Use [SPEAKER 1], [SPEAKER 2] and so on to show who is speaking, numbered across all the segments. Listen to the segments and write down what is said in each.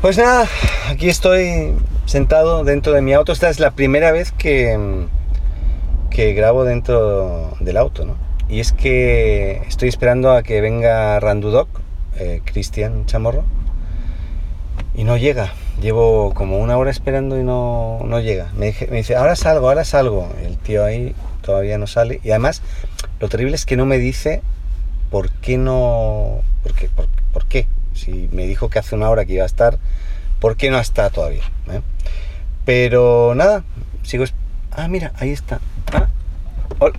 [SPEAKER 1] Pues nada, aquí estoy sentado dentro de mi auto. Esta es la primera vez que, que grabo dentro del auto, ¿no? Y es que estoy esperando a que venga Randudoc, eh, Cristian Chamorro, y no llega. Llevo como una hora esperando y no, no llega. Me, dije- me dice, ahora salgo, ahora salgo. El tío ahí todavía no sale. Y además, lo terrible es que no me dice por qué no... ¿Por qué? ¿Por, por qué? Si me dijo que hace una hora que iba a estar, ¿por qué no está todavía? eh? Pero nada, sigo... es- Ah, mira, ahí está. Ah, hol-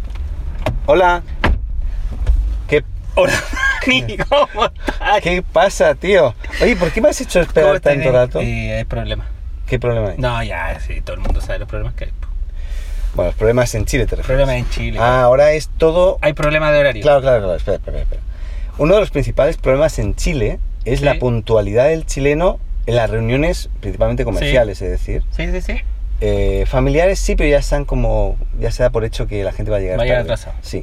[SPEAKER 1] hola. ¿Qué,
[SPEAKER 2] Hola, Dani, ¿cómo estás?
[SPEAKER 1] ¿Qué pasa, tío? Oye, ¿por qué me has hecho
[SPEAKER 2] ¿Cómo
[SPEAKER 1] esperar tanto
[SPEAKER 2] tenés?
[SPEAKER 1] rato?
[SPEAKER 2] Eh, hay problemas.
[SPEAKER 1] ¿Qué problema hay?
[SPEAKER 2] No, ya, sí, todo el mundo sabe los problemas que hay. po.
[SPEAKER 1] Bueno, los problemas en Chile te refieres.
[SPEAKER 2] Problemas en Chile.
[SPEAKER 1] Ah, ahora es todo.
[SPEAKER 2] Hay problemas de horario.
[SPEAKER 1] Claro, claro, claro. Espera, espera, espera. Uno de los principales problemas en Chile es
[SPEAKER 2] Sí.
[SPEAKER 1] la puntualidad del chileno en las reuniones, principalmente comerciales, es decir.
[SPEAKER 2] Sí, sí, sí.
[SPEAKER 1] Eh, familiares sí, pero ya están como. Ya se da por hecho que la gente va a llegar.
[SPEAKER 2] Va a llegar
[SPEAKER 1] tarde.
[SPEAKER 2] atrasado.
[SPEAKER 1] Sí.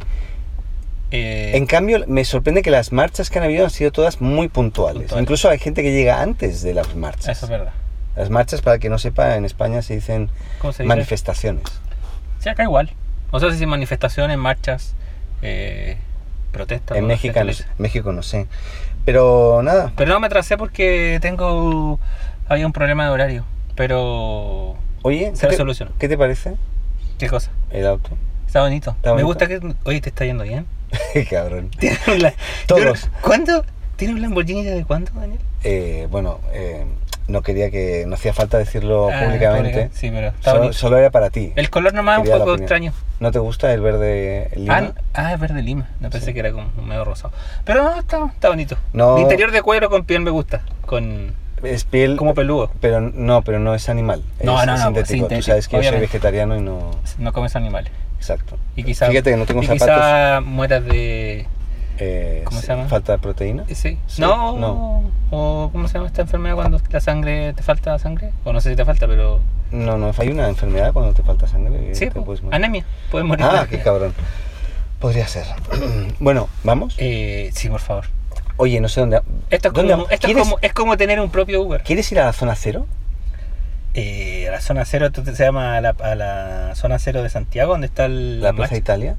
[SPEAKER 2] Eh,
[SPEAKER 1] En cambio, me sorprende que las marchas que han habido han sido todas muy puntuales.
[SPEAKER 2] Puntuales.
[SPEAKER 1] Incluso hay gente que llega antes de las marchas.
[SPEAKER 2] Eso es verdad.
[SPEAKER 1] Las marchas, para el que no sepa, en España se dicen
[SPEAKER 2] ¿Cómo se dice?
[SPEAKER 1] manifestaciones.
[SPEAKER 2] Sí, acá igual. O sea, sí, manifestaciones, marchas, eh, protestas.
[SPEAKER 1] En
[SPEAKER 2] ¿no?
[SPEAKER 1] México,
[SPEAKER 2] Gente
[SPEAKER 1] no
[SPEAKER 2] le-
[SPEAKER 1] sé, México no sé. Pero nada,
[SPEAKER 2] Pero no me atrasé porque tengo. Había un problema de horario. Pero.
[SPEAKER 1] oye,
[SPEAKER 2] Se
[SPEAKER 1] ¿qué te,
[SPEAKER 2] resolucionó.
[SPEAKER 1] qué te parece
[SPEAKER 2] ¿Qué cosa?
[SPEAKER 1] el auto?
[SPEAKER 2] Está bonito.
[SPEAKER 1] Está
[SPEAKER 2] Me
[SPEAKER 1] bonito.
[SPEAKER 2] gusta que. Oye, te está yendo bien.
[SPEAKER 1] Qué Cabrón.
[SPEAKER 2] Tiene un la-
[SPEAKER 1] Todos.
[SPEAKER 2] ¿Cuándo? ¿Tiene un Lamborghini de cuándo, Daniel?
[SPEAKER 1] Eh, bueno, eh, no quería que, no hacía falta decirlo
[SPEAKER 2] Ah,
[SPEAKER 1] públicamente.
[SPEAKER 2] pública. Sí, pero está
[SPEAKER 1] Solo,
[SPEAKER 2] bonito.
[SPEAKER 1] solo era para ti.
[SPEAKER 2] El color nomás es un
[SPEAKER 1] Quería la
[SPEAKER 2] poco
[SPEAKER 1] opinión.
[SPEAKER 2] extraño.
[SPEAKER 1] ¿No te gusta el verde lima?
[SPEAKER 2] Ah, no- ah, es verde lima. No pensé
[SPEAKER 1] Sí.
[SPEAKER 2] que era como medio rosado. Pero no, está, está bonito.
[SPEAKER 1] No.
[SPEAKER 2] El interior de cuero con piel me gusta. Con
[SPEAKER 1] Es piel,
[SPEAKER 2] como peludo.
[SPEAKER 1] pero no, pero no es animal.
[SPEAKER 2] No,
[SPEAKER 1] es
[SPEAKER 2] no, no,
[SPEAKER 1] sintético. Tú
[SPEAKER 2] sintético,
[SPEAKER 1] sabes que yo soy
[SPEAKER 2] obviamente.
[SPEAKER 1] vegetariano y no...
[SPEAKER 2] No comes animales.
[SPEAKER 1] Exacto.
[SPEAKER 2] Y quizá,
[SPEAKER 1] Fíjate que no tengo
[SPEAKER 2] y
[SPEAKER 1] zapatos.
[SPEAKER 2] quizá mueras de.
[SPEAKER 1] Eh,
[SPEAKER 2] ¿Cómo se
[SPEAKER 1] sí,
[SPEAKER 2] llama?
[SPEAKER 1] Falta de proteína.
[SPEAKER 2] Sí.
[SPEAKER 1] Sí,
[SPEAKER 2] No,
[SPEAKER 1] no.
[SPEAKER 2] O cómo se llama esta enfermedad cuando la sangre te falta sangre. O no sé si te falta, pero.
[SPEAKER 1] No, no, hay una enfermedad cuando te falta sangre. y
[SPEAKER 2] Sí, pues,
[SPEAKER 1] te
[SPEAKER 2] po,
[SPEAKER 1] puedes morir.
[SPEAKER 2] anemia. Puedes morir. de
[SPEAKER 1] Ah,
[SPEAKER 2] anemia.
[SPEAKER 1] qué cabrón. Podría ser. bueno, vamos.
[SPEAKER 2] Eh, sí, por favor.
[SPEAKER 1] Oye, no sé dónde.
[SPEAKER 2] Esto es,
[SPEAKER 1] ¿Dónde
[SPEAKER 2] como,
[SPEAKER 1] vamos?
[SPEAKER 2] esto es,
[SPEAKER 1] ¿Quieres,
[SPEAKER 2] como, es como tener un propio Uber.
[SPEAKER 1] quieres ir a la zona cero?
[SPEAKER 2] Eh, a la zona cero, esto se llama a la, a la zona cero de Santiago, donde está el,
[SPEAKER 1] La,
[SPEAKER 2] marcha.
[SPEAKER 1] Plaza Italia.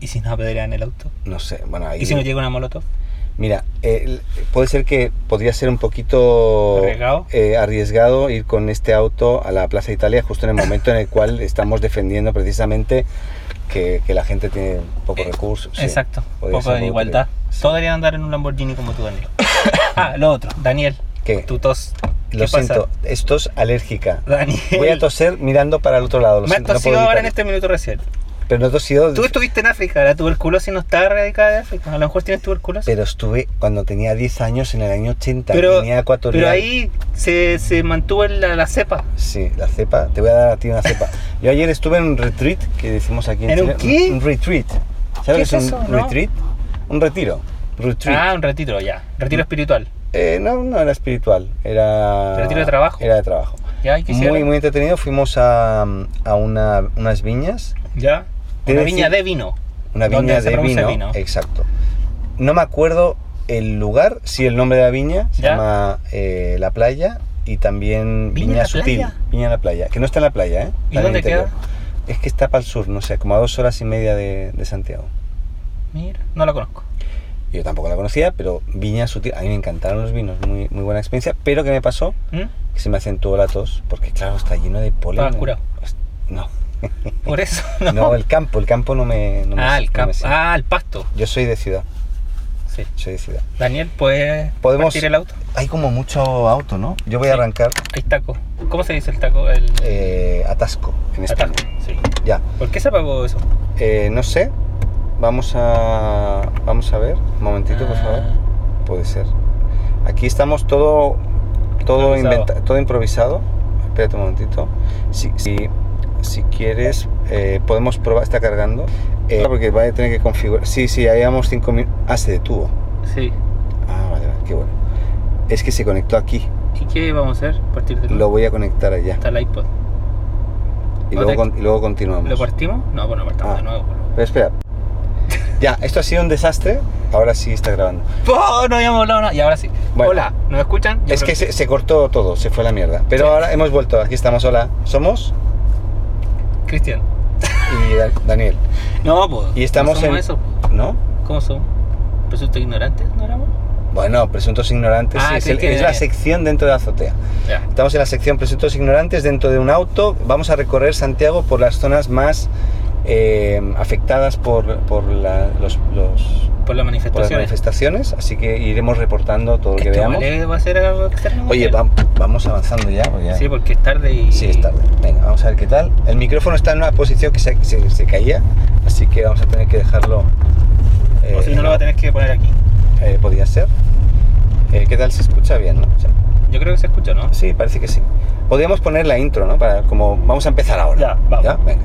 [SPEAKER 2] ¿Y si nos apedrean el auto?
[SPEAKER 1] No sé, bueno, ahí.
[SPEAKER 2] ¿Y si nos llega una molotov?
[SPEAKER 1] Mira, eh, l- puede ser que podría ser un poquito
[SPEAKER 2] ¿Arriesgado?
[SPEAKER 1] eh, arriesgado ir con este auto a la Plaza Italia justo en el momento en el cual estamos defendiendo precisamente que, que la gente tiene pocos
[SPEAKER 2] Eh,
[SPEAKER 1] recursos. sí.
[SPEAKER 2] Exacto, un
[SPEAKER 1] podría ser
[SPEAKER 2] poco de
[SPEAKER 1] algo
[SPEAKER 2] igualdad.
[SPEAKER 1] terrible.
[SPEAKER 2] Todos deberían andar en un Lamborghini como tú, Daniel. ah, lo otro, Daniel,
[SPEAKER 1] ¿Qué?
[SPEAKER 2] tu tos. ¿Qué
[SPEAKER 1] Lo
[SPEAKER 2] pasa?
[SPEAKER 1] siento, esto es alérgica.
[SPEAKER 2] Daniel.
[SPEAKER 1] Voy a toser mirando para el otro lado. Lo
[SPEAKER 2] Me has
[SPEAKER 1] siento, no
[SPEAKER 2] tosido
[SPEAKER 1] puedo
[SPEAKER 2] ahora en
[SPEAKER 1] evitarlo.
[SPEAKER 2] este minuto recién.
[SPEAKER 1] Pero no he tosido.
[SPEAKER 2] Tú estuviste en África, la tuberculosis no está erradicada de África. A lo mejor tienes tuberculosis.
[SPEAKER 1] Pero estuve cuando tenía 10 años en el año 80,
[SPEAKER 2] Pero,
[SPEAKER 1] tenía ecuatorial.
[SPEAKER 2] pero ahí se, se mantuvo la, la cepa.
[SPEAKER 1] Sí, la cepa, te voy a dar a ti una cepa. Yo ayer estuve en un retreat que decimos aquí en,
[SPEAKER 2] ¿En un
[SPEAKER 1] Chile,
[SPEAKER 2] qué?
[SPEAKER 1] retreat. ¿Sabes
[SPEAKER 2] ¿Qué
[SPEAKER 1] lo que
[SPEAKER 2] es
[SPEAKER 1] es un
[SPEAKER 2] eso? No.
[SPEAKER 1] retreat? Un retiro. Retreat.
[SPEAKER 2] Ah, un retiro ya. Retiro espiritual.
[SPEAKER 1] Eh, no, no era espiritual, era...
[SPEAKER 2] ¿Retiro de trabajo?
[SPEAKER 1] Era de trabajo.
[SPEAKER 2] Ya, ¿y qué hicieron?
[SPEAKER 1] Muy, muy entretenido. Fuimos a, a una- unas viñas,
[SPEAKER 2] Ya.
[SPEAKER 1] Te
[SPEAKER 2] Una
[SPEAKER 1] decía-
[SPEAKER 2] viña de vino.
[SPEAKER 1] una
[SPEAKER 2] Donde
[SPEAKER 1] viña
[SPEAKER 2] se
[SPEAKER 1] de
[SPEAKER 2] produce
[SPEAKER 1] vino, Exacto. No me acuerdo el lugar, sí el nombre de la viña, se
[SPEAKER 2] ¿Ya?
[SPEAKER 1] llama eh, La Playa y también
[SPEAKER 2] ¿Viña
[SPEAKER 1] Viña,
[SPEAKER 2] La
[SPEAKER 1] Sutil,
[SPEAKER 2] Playa?
[SPEAKER 1] Viña La Playa, que no está en la playa, ¿eh?
[SPEAKER 2] ¿Y
[SPEAKER 1] Está en el
[SPEAKER 2] dónde
[SPEAKER 1] interior.
[SPEAKER 2] queda?
[SPEAKER 1] Es que está para el sur, no sé, como a dos horas y media de, de Santiago.
[SPEAKER 2] Mira, no la conozco.
[SPEAKER 1] Yo tampoco la conocía, pero Viña Sutil, a mí me encantaron los vinos, muy, muy buena experiencia, pero ¿qué me pasó?
[SPEAKER 2] ¿Mm?
[SPEAKER 1] Que se me acentuó la tos, porque claro, está lleno de polen. Pues,
[SPEAKER 2] Estaba curado.
[SPEAKER 1] No,
[SPEAKER 2] Por eso,
[SPEAKER 1] Eh, no,
[SPEAKER 2] ¿no?
[SPEAKER 1] el campo, el campo no me... no me-
[SPEAKER 2] ah,
[SPEAKER 1] no
[SPEAKER 2] el
[SPEAKER 1] me
[SPEAKER 2] campo.
[SPEAKER 1] sirve.
[SPEAKER 2] Ah, el pasto.
[SPEAKER 1] Yo soy de ciudad,
[SPEAKER 2] Sí.
[SPEAKER 1] soy de ciudad.
[SPEAKER 2] Daniel, ¿puedes
[SPEAKER 1] Podemos-
[SPEAKER 2] partir el auto?
[SPEAKER 1] Hay como mucho auto, ¿no? Yo voy a
[SPEAKER 2] Sí.
[SPEAKER 1] arrancar
[SPEAKER 2] Hay taco. ¿Cómo se dice el taco? El
[SPEAKER 1] eh, atasco en España.
[SPEAKER 2] atajo. Sí.
[SPEAKER 1] Ya.
[SPEAKER 2] ¿Por qué se apagó eso?
[SPEAKER 1] Eh, no sé. Vamos a. Vamos a ver. Un momentito, por favor.
[SPEAKER 2] Ah.
[SPEAKER 1] Puede ser. Aquí estamos todo. Todo
[SPEAKER 2] Improvisado.
[SPEAKER 1] inventa- todo improvisado. Espérate un momentito. Si, si, si quieres, eh, podemos probar. Está cargando. Eh, porque va a tener que configurar. Sí, sí, ya llevamos 5 minutos. Ah, se detuvo.
[SPEAKER 2] Sí.
[SPEAKER 1] Ah, vale, vale, qué bueno. Es que se conectó aquí.
[SPEAKER 2] ¿Y qué vamos a hacer? Partir del
[SPEAKER 1] Lo voy a conectar allá.
[SPEAKER 2] Está el iPod.
[SPEAKER 1] Y
[SPEAKER 2] No
[SPEAKER 1] luego,
[SPEAKER 2] te-
[SPEAKER 1] con- y luego continuamos.
[SPEAKER 2] ¿Lo partimos? No, bueno, partamos
[SPEAKER 1] Ah.
[SPEAKER 2] de nuevo.
[SPEAKER 1] Pero espera. Ya, esto ha sido un desastre. Ahora sí está grabando.
[SPEAKER 2] ¡Oh! No habíamos hablado nada. Y ahora sí.
[SPEAKER 1] Bueno.
[SPEAKER 2] Hola, ¿nos escuchan? Yo
[SPEAKER 1] es
[SPEAKER 2] creo
[SPEAKER 1] que se, se cortó todo, se fue la mierda. Pero
[SPEAKER 2] Sí.
[SPEAKER 1] ahora hemos vuelto, aquí estamos, hola. Somos
[SPEAKER 2] Cristian.
[SPEAKER 1] y Da- Daniel.
[SPEAKER 2] No, pues.
[SPEAKER 1] Y estamos
[SPEAKER 2] ¿cómo somos
[SPEAKER 1] en-
[SPEAKER 2] eso? pues.
[SPEAKER 1] ¿No?
[SPEAKER 2] ¿Cómo somos? ¿Presuntos ignorantes? ¿No éramos?
[SPEAKER 1] Bueno, presuntos ignorantes
[SPEAKER 2] Ah,
[SPEAKER 1] es,
[SPEAKER 2] creí
[SPEAKER 1] el-
[SPEAKER 2] que-
[SPEAKER 1] es la sección dentro de la azotea.
[SPEAKER 2] Ya.
[SPEAKER 1] Estamos en la sección presuntos ignorantes dentro de un auto. Vamos a recorrer Santiago por las zonas más eh, afectadas por, por la- los- los-
[SPEAKER 2] Por las
[SPEAKER 1] por las
[SPEAKER 2] manifestaciones.
[SPEAKER 1] manifestaciones, así que iremos reportando todo lo que
[SPEAKER 2] Esto
[SPEAKER 1] veamos.
[SPEAKER 2] vale, Este va a ser algo externo.
[SPEAKER 1] Oye,
[SPEAKER 2] ¿no?
[SPEAKER 1] vam- vamos avanzando ya. porque ya-
[SPEAKER 2] Sí, porque es tarde y.
[SPEAKER 1] Sí, es tarde. Venga, vamos a ver qué tal. El micrófono está en una posición que se, se- se caía, así que vamos a tener que dejarlo.
[SPEAKER 2] O
[SPEAKER 1] eh,
[SPEAKER 2] si no lo va a tener que poner aquí.
[SPEAKER 1] eh, podía ser. Eh, ¿Qué tal se escucha bien? no? O sea,
[SPEAKER 2] Yo creo que se escucha, ¿no?
[SPEAKER 1] sí, parece que sí. Podríamos poner la intro, ¿no? Para como vamos a empezar ahora.
[SPEAKER 2] Ya, vamos.
[SPEAKER 1] Ya, venga.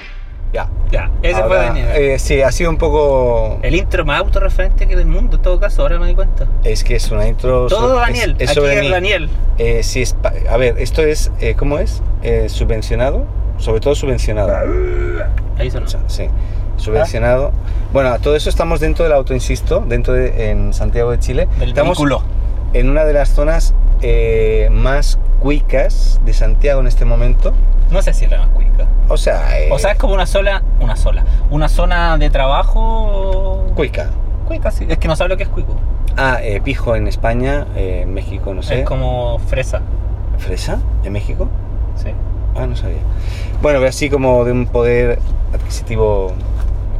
[SPEAKER 1] Ya.
[SPEAKER 2] Ya, ese fue
[SPEAKER 1] Ahora,
[SPEAKER 2] Daniel.
[SPEAKER 1] eh, sí, ha sido un poco.
[SPEAKER 2] El intro más autorreferente que del mundo, en todo caso, ahora me di cuenta.
[SPEAKER 1] Es que es una intro.
[SPEAKER 2] Todo
[SPEAKER 1] sobre- es-
[SPEAKER 2] Daniel,
[SPEAKER 1] es
[SPEAKER 2] aquí
[SPEAKER 1] sobre
[SPEAKER 2] es
[SPEAKER 1] mí.
[SPEAKER 2] Daniel.
[SPEAKER 1] Eh, sí, es pa- a ver, esto es. eh, ¿Cómo es? Eh, subvencionado. Sobre todo subvencionado.
[SPEAKER 2] Ahí sonó.
[SPEAKER 1] O sea, Sí, subvencionado. Bueno, a todo eso estamos dentro del auto, insisto, dentro de, en Santiago de Chile.
[SPEAKER 2] Del
[SPEAKER 1] estamos
[SPEAKER 2] vehículo.
[SPEAKER 1] en una de las zonas eh, más cuicas de Santiago en este momento.
[SPEAKER 2] No sé si es la más cuica.
[SPEAKER 1] O sea, eh,
[SPEAKER 2] O sea, es como una sola, una sola, una zona de trabajo.
[SPEAKER 1] cuica.
[SPEAKER 2] Cuica, sí. Es que no sabe lo que es cuico.
[SPEAKER 1] Ah, eh, pijo en España, eh, en México, no sé.
[SPEAKER 2] Es como fresa.
[SPEAKER 1] ¿Fresa? ¿En México?
[SPEAKER 2] Sí.
[SPEAKER 1] Ah, no sabía. Bueno, pero así como de un poder adquisitivo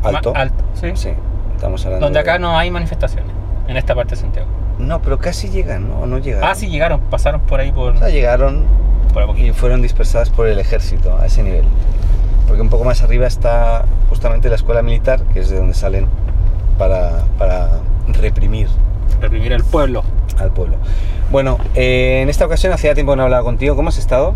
[SPEAKER 1] alto.
[SPEAKER 2] Ma- alto, sí.
[SPEAKER 1] Sí, estamos hablando.
[SPEAKER 2] Donde
[SPEAKER 1] de-
[SPEAKER 2] acá no hay manifestaciones, en esta parte de Santiago.
[SPEAKER 1] No, pero casi llegan, ¿no? ¿O No llegaron.
[SPEAKER 2] Ah, sí, llegaron, pasaron por ahí por,
[SPEAKER 1] O sea, llegaron,
[SPEAKER 2] por
[SPEAKER 1] y
[SPEAKER 2] Apoquindo.
[SPEAKER 1] fueron dispersadas por el ejército a ese nivel. Porque un poco más arriba está justamente la escuela militar, que es de donde salen para, para reprimir
[SPEAKER 2] reprimir al pueblo.
[SPEAKER 1] al pueblo. Bueno, eh, en esta ocasión hacía tiempo que no hablaba contigo. ¿Cómo has estado?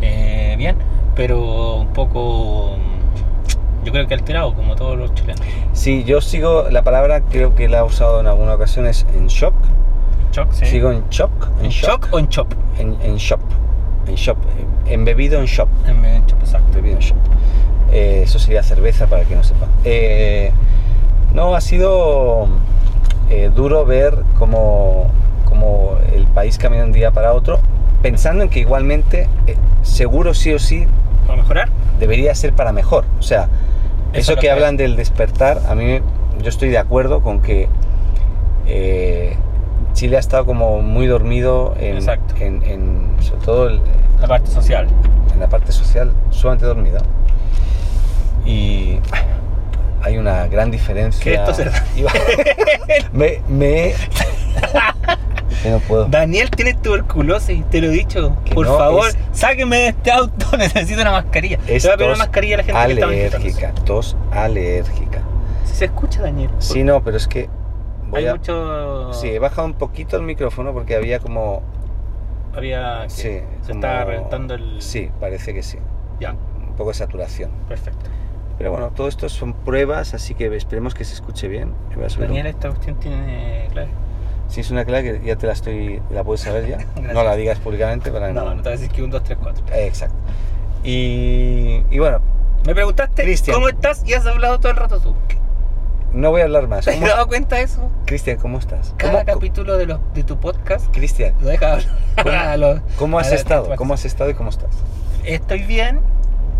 [SPEAKER 2] Eh, bien, pero un poco. mm, Yo creo que alterado, como todos los chilenos.
[SPEAKER 1] Sí, yo sigo, la palabra creo que la he usado en alguna ocasión es en shock.
[SPEAKER 2] Choc, sí.
[SPEAKER 1] Sigo en shock.
[SPEAKER 2] ¿En shock o en chop?
[SPEAKER 1] En, en shop. En shop. Embebido en shop.
[SPEAKER 2] En en chop, exacto.
[SPEAKER 1] de Beer Shop. Eh, eso sería cerveza para que no sepa. Eh, no, ha sido eh, duro ver cómo, cómo el país cambia de un día para otro, pensando en que igualmente, eh, seguro sí o sí,
[SPEAKER 2] ¿Va a mejorar?
[SPEAKER 1] debería ser para mejor. O sea,
[SPEAKER 2] Eso
[SPEAKER 1] eso,
[SPEAKER 2] es lo
[SPEAKER 1] que,
[SPEAKER 2] que
[SPEAKER 1] hablan del despertar, a mí yo estoy de acuerdo con que eh, Chile ha estado como muy dormido en,
[SPEAKER 2] Exacto.
[SPEAKER 1] en- en, sobre todo el,
[SPEAKER 2] La parte social.
[SPEAKER 1] en la parte social sumamente dormida. Y ah, hay una gran diferencia.
[SPEAKER 2] Que esto se-
[SPEAKER 1] Iba- me, me... que no puedo.
[SPEAKER 2] Daniel tiene tuberculosis, te lo he dicho.
[SPEAKER 1] Que
[SPEAKER 2] Por
[SPEAKER 1] no,
[SPEAKER 2] favor,
[SPEAKER 1] es-
[SPEAKER 2] sáquenme de este auto, necesito una mascarilla.
[SPEAKER 1] Es
[SPEAKER 2] Te voy a pedir
[SPEAKER 1] tos
[SPEAKER 2] una mascarilla a la gente que está manifestándose.
[SPEAKER 1] alérgica, tos alérgica.
[SPEAKER 2] Si se escucha, Daniel.
[SPEAKER 1] Sí, no, pero es que voy
[SPEAKER 2] Hay
[SPEAKER 1] a...
[SPEAKER 2] mucho.
[SPEAKER 1] Sí, he bajado un poquito el micrófono porque había como...
[SPEAKER 2] Había. que-
[SPEAKER 1] Sí,
[SPEAKER 2] Se
[SPEAKER 1] como-
[SPEAKER 2] está reventando el.
[SPEAKER 1] Sí, parece que sí.
[SPEAKER 2] Ya,
[SPEAKER 1] Un poco de saturación.
[SPEAKER 2] perfecto.
[SPEAKER 1] Pero bueno, todo esto son pruebas, así que esperemos que se escuche bien. Voy a subir un
[SPEAKER 2] Daniel, esta cuestión tiene. Claro.
[SPEAKER 1] Si es una clave que ya te la estoy, la puedes saber ya.
[SPEAKER 2] Gracias.
[SPEAKER 1] no la digas públicamente para
[SPEAKER 2] No, no te voy a decir que un, dos, tres, cuatro.
[SPEAKER 1] Eh, exacto. Y, y bueno,
[SPEAKER 2] Me preguntaste
[SPEAKER 1] Cristian.
[SPEAKER 2] cómo estás y has hablado todo el rato tú.
[SPEAKER 1] no voy a hablar más.
[SPEAKER 2] ¿Te has
[SPEAKER 1] ¿Cómo-
[SPEAKER 2] dado cuenta de eso?
[SPEAKER 1] Cristian, ¿cómo estás?
[SPEAKER 2] Cada
[SPEAKER 1] ¿Cómo-
[SPEAKER 2] capítulo de, los, de tu podcast
[SPEAKER 1] Cristian,
[SPEAKER 2] lo dejas hablar. a los-
[SPEAKER 1] ¿cómo
[SPEAKER 2] a
[SPEAKER 1] has
[SPEAKER 2] la-
[SPEAKER 1] estado? ¿Cómo has estado y cómo estás?
[SPEAKER 2] Estoy bien.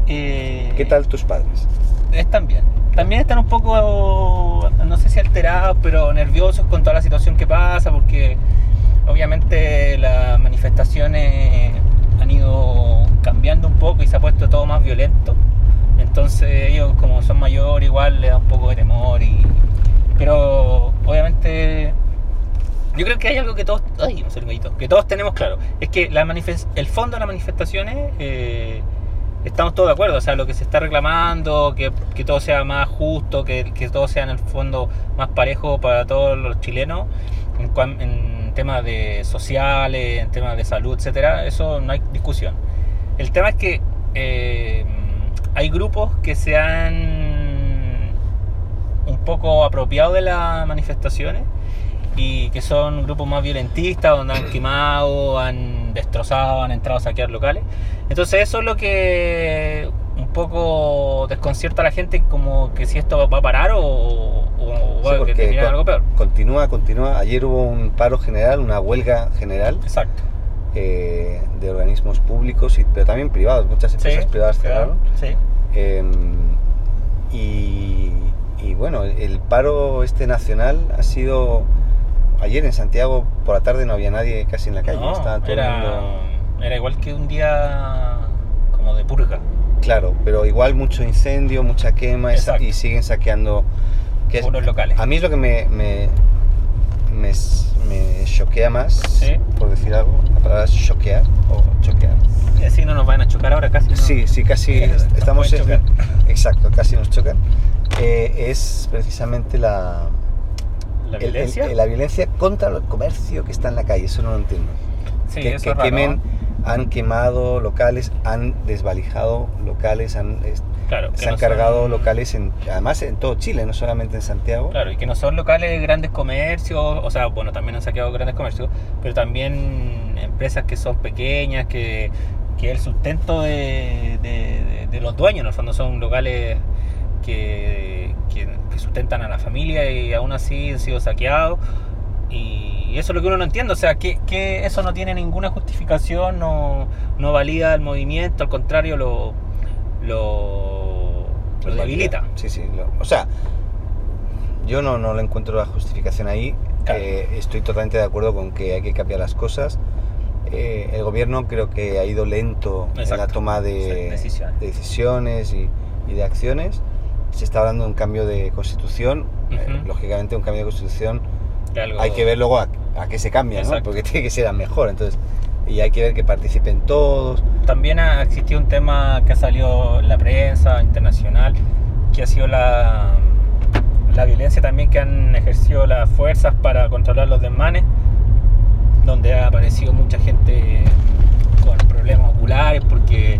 [SPEAKER 2] eh,
[SPEAKER 1] ¿Qué tal tus padres?
[SPEAKER 2] Están bien. También están un poco, no sé si alterados, pero nerviosos con toda la situación que pasa, porque obviamente las manifestaciones han ido cambiando un poco y se ha puesto todo más violento. Entonces ellos como son mayores igual les da un poco de temor y... Pero obviamente yo creo que hay algo que todos, ay, un sorbeito, que todos tenemos claro, es que la manifes- el fondo de las manifestaciones eh, estamos todos de acuerdo, o sea, lo que se está reclamando, que, que todo sea más justo, que, que, todo sea en el fondo más parejo para todos los chilenos, en, cuan, en temas de sociales, en temas de salud, etcétera, eso no hay discusión. El tema es que eh, hay grupos que se han un poco apropiado de las manifestaciones y que son grupos más violentistas, donde han quemado, han destrozado, han entrado a saquear locales. Entonces eso es lo que un poco desconcierta a la gente, como que si esto va a parar o, o va sí, a terminar algo peor.
[SPEAKER 1] Continúa, continúa. Ayer hubo un paro general, una huelga general.
[SPEAKER 2] Exacto.
[SPEAKER 1] Eh, de organismos públicos, y, pero también privados. Muchas empresas
[SPEAKER 2] Sí,
[SPEAKER 1] privadas
[SPEAKER 2] claro,
[SPEAKER 1] cerraron.
[SPEAKER 2] sí.
[SPEAKER 1] Eh, y, y bueno, el paro este nacional ha sido... Ayer en Santiago por la tarde no había nadie casi en la calle.
[SPEAKER 2] No,
[SPEAKER 1] estaba todo el
[SPEAKER 2] era,
[SPEAKER 1] mundo-
[SPEAKER 2] era igual que un día como de purga.
[SPEAKER 1] Claro, pero igual mucho incendio, mucha quema y sa-
[SPEAKER 2] Exacto.
[SPEAKER 1] y siguen saqueando. que es-
[SPEAKER 2] puros locales.
[SPEAKER 1] a mí es lo que me, me, me, s- me choquea más,
[SPEAKER 2] Sí.
[SPEAKER 1] por decir algo, la palabra es choquear o choquear.
[SPEAKER 2] Y así no nos van a chocar ahora casi. ¿no?
[SPEAKER 1] Sí, sí, casi
[SPEAKER 2] Sí,
[SPEAKER 1] est-
[SPEAKER 2] nos
[SPEAKER 1] estamos...
[SPEAKER 2] pueden
[SPEAKER 1] cerca- Exacto, casi nos chocan. Eh, es precisamente la,
[SPEAKER 2] La
[SPEAKER 1] el- el-
[SPEAKER 2] violencia.
[SPEAKER 1] la violencia contra el comercio que está en la calle, eso no lo entiendo.
[SPEAKER 2] sí,
[SPEAKER 1] que,
[SPEAKER 2] eso
[SPEAKER 1] que
[SPEAKER 2] es raro.
[SPEAKER 1] quemen, han quemado locales, han desvalijado locales, han... es-
[SPEAKER 2] Claro, que
[SPEAKER 1] se han
[SPEAKER 2] no son-
[SPEAKER 1] cargado locales, en, además en todo Chile, no solamente en Santiago.
[SPEAKER 2] Claro, y que no son locales grandes comercios, o sea, bueno, también han saqueado grandes comercios, pero también empresas que son pequeñas, que, que el sustento de, de- de- de los dueños, en el fondo son locales que, que- que sustentan a la familia y aún así han sido saqueados. Y eso es lo que uno no entiende, o sea, que, que eso no tiene ninguna justificación, no, no valida el movimiento, al contrario, lo, lo, lo debilita.
[SPEAKER 1] Sí, sí. lo- o sea, yo no, no le encuentro la justificación ahí.
[SPEAKER 2] Claro.
[SPEAKER 1] Eh, estoy totalmente de acuerdo con que hay que cambiar las cosas. Eh, el gobierno creo que ha ido lento en la
[SPEAKER 2] Exacto.
[SPEAKER 1] toma
[SPEAKER 2] Sí,
[SPEAKER 1] de,
[SPEAKER 2] decisiones.
[SPEAKER 1] de decisiones y, y de acciones. Se está hablando de un cambio de constitución. Eh,
[SPEAKER 2] Ujú.
[SPEAKER 1] lógicamente, un cambio de constitución
[SPEAKER 2] que algo-
[SPEAKER 1] hay que ver luego a, a qué se cambia, ¿no?
[SPEAKER 2] Exacto.
[SPEAKER 1] Porque tiene que ser a mejor. Entonces, y hay que ver que participen todos.
[SPEAKER 2] También ha existido un tema que ha salido en la prensa internacional, que ha sido la, la violencia también que han ejercido las fuerzas para controlar los desmanes, donde ha aparecido mucha gente con problemas oculares porque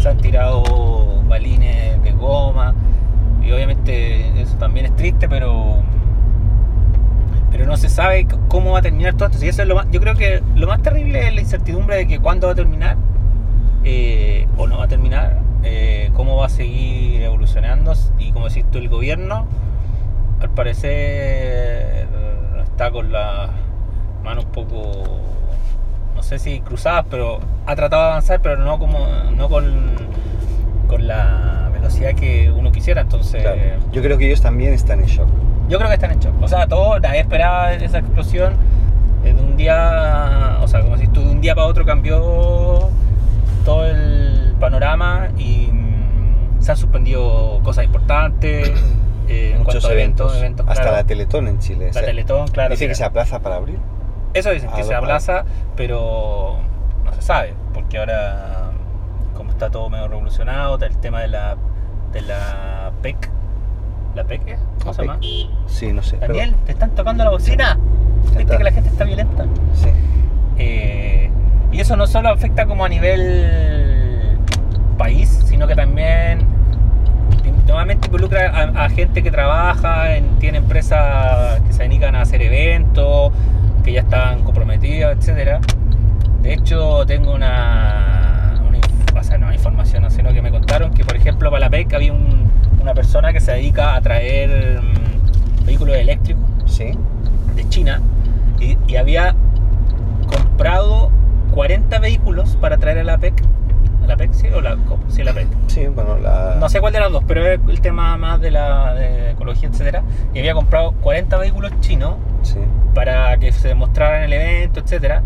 [SPEAKER 2] se han tirado balines de goma y obviamente eso también es triste, pero pero no se sabe c- cómo va a terminar todo esto. Y eso es lo más- yo creo que lo más terrible es la incertidumbre de que cuándo va a terminar eh, o no va a terminar, eh, cómo va a seguir evolucionando y como decís tú, el gobierno al parecer está con las manos un poco, no sé si cruzadas, pero ha tratado de avanzar, pero no, como, no con, con la velocidad que uno quisiera, entonces...
[SPEAKER 1] Claro. Yo creo que ellos también están en shock.
[SPEAKER 2] Yo creo que están en shock. O sea, todo, nadie esperaba esa explosión. eh, De un día, o sea, como si tú de un día para otro cambió todo el panorama y mm, se han suspendido cosas importantes. eh, en
[SPEAKER 1] Muchos
[SPEAKER 2] cuanto a
[SPEAKER 1] eventos,
[SPEAKER 2] eventos,
[SPEAKER 1] hasta
[SPEAKER 2] claro.
[SPEAKER 1] la Teletón en Chile.
[SPEAKER 2] La
[SPEAKER 1] o sea,
[SPEAKER 2] Teletón, claro.
[SPEAKER 1] Dice que
[SPEAKER 2] mira.
[SPEAKER 1] se aplaza para abril.
[SPEAKER 2] Eso dicen, que
[SPEAKER 1] Ah,
[SPEAKER 2] se
[SPEAKER 1] lo-
[SPEAKER 2] aplaza, pero no se sabe, porque ahora, como está todo medio revolucionado, está el tema de la, de la PEC. ¿La PEC? es? ¿Cómo
[SPEAKER 1] La
[SPEAKER 2] se
[SPEAKER 1] E
[SPEAKER 2] llama?
[SPEAKER 1] Sí, no sé. pero-
[SPEAKER 2] Daniel, te están tocando la bocina. Viste
[SPEAKER 1] está.
[SPEAKER 2] que la gente está violenta.
[SPEAKER 1] Sí.
[SPEAKER 2] Eh, y eso no solo afecta como a nivel país, sino que también normalmente involucra a, a gente que trabaja, en- tiene empresas que se dedican a hacer eventos, que ya están comprometidas, etcétera. De hecho, tengo una, una inf- o sea, no información, sino que me contaron que, por ejemplo, para la PEC había un- una persona que se dedica a traer mm, vehículos eléctricos
[SPEAKER 1] Sí.
[SPEAKER 2] de China y, y había comprado 40 vehículos para traer a la PEC. ¿A la PEC sí o la cómo? Sí, la PEC?
[SPEAKER 1] Sí, bueno, la.
[SPEAKER 2] No sé cuál de las dos, pero era el tema más de la de ecología, etcétera. Y había comprado 40 vehículos chinos
[SPEAKER 1] Sí.
[SPEAKER 2] para que se demostraran en el evento, etcétera.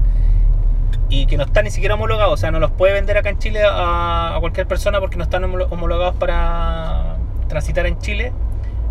[SPEAKER 2] Y que no están ni siquiera homologados, o sea, no los puede vender acá en Chile a, a cualquier persona porque no están homolo- homologados para transitar en Chile.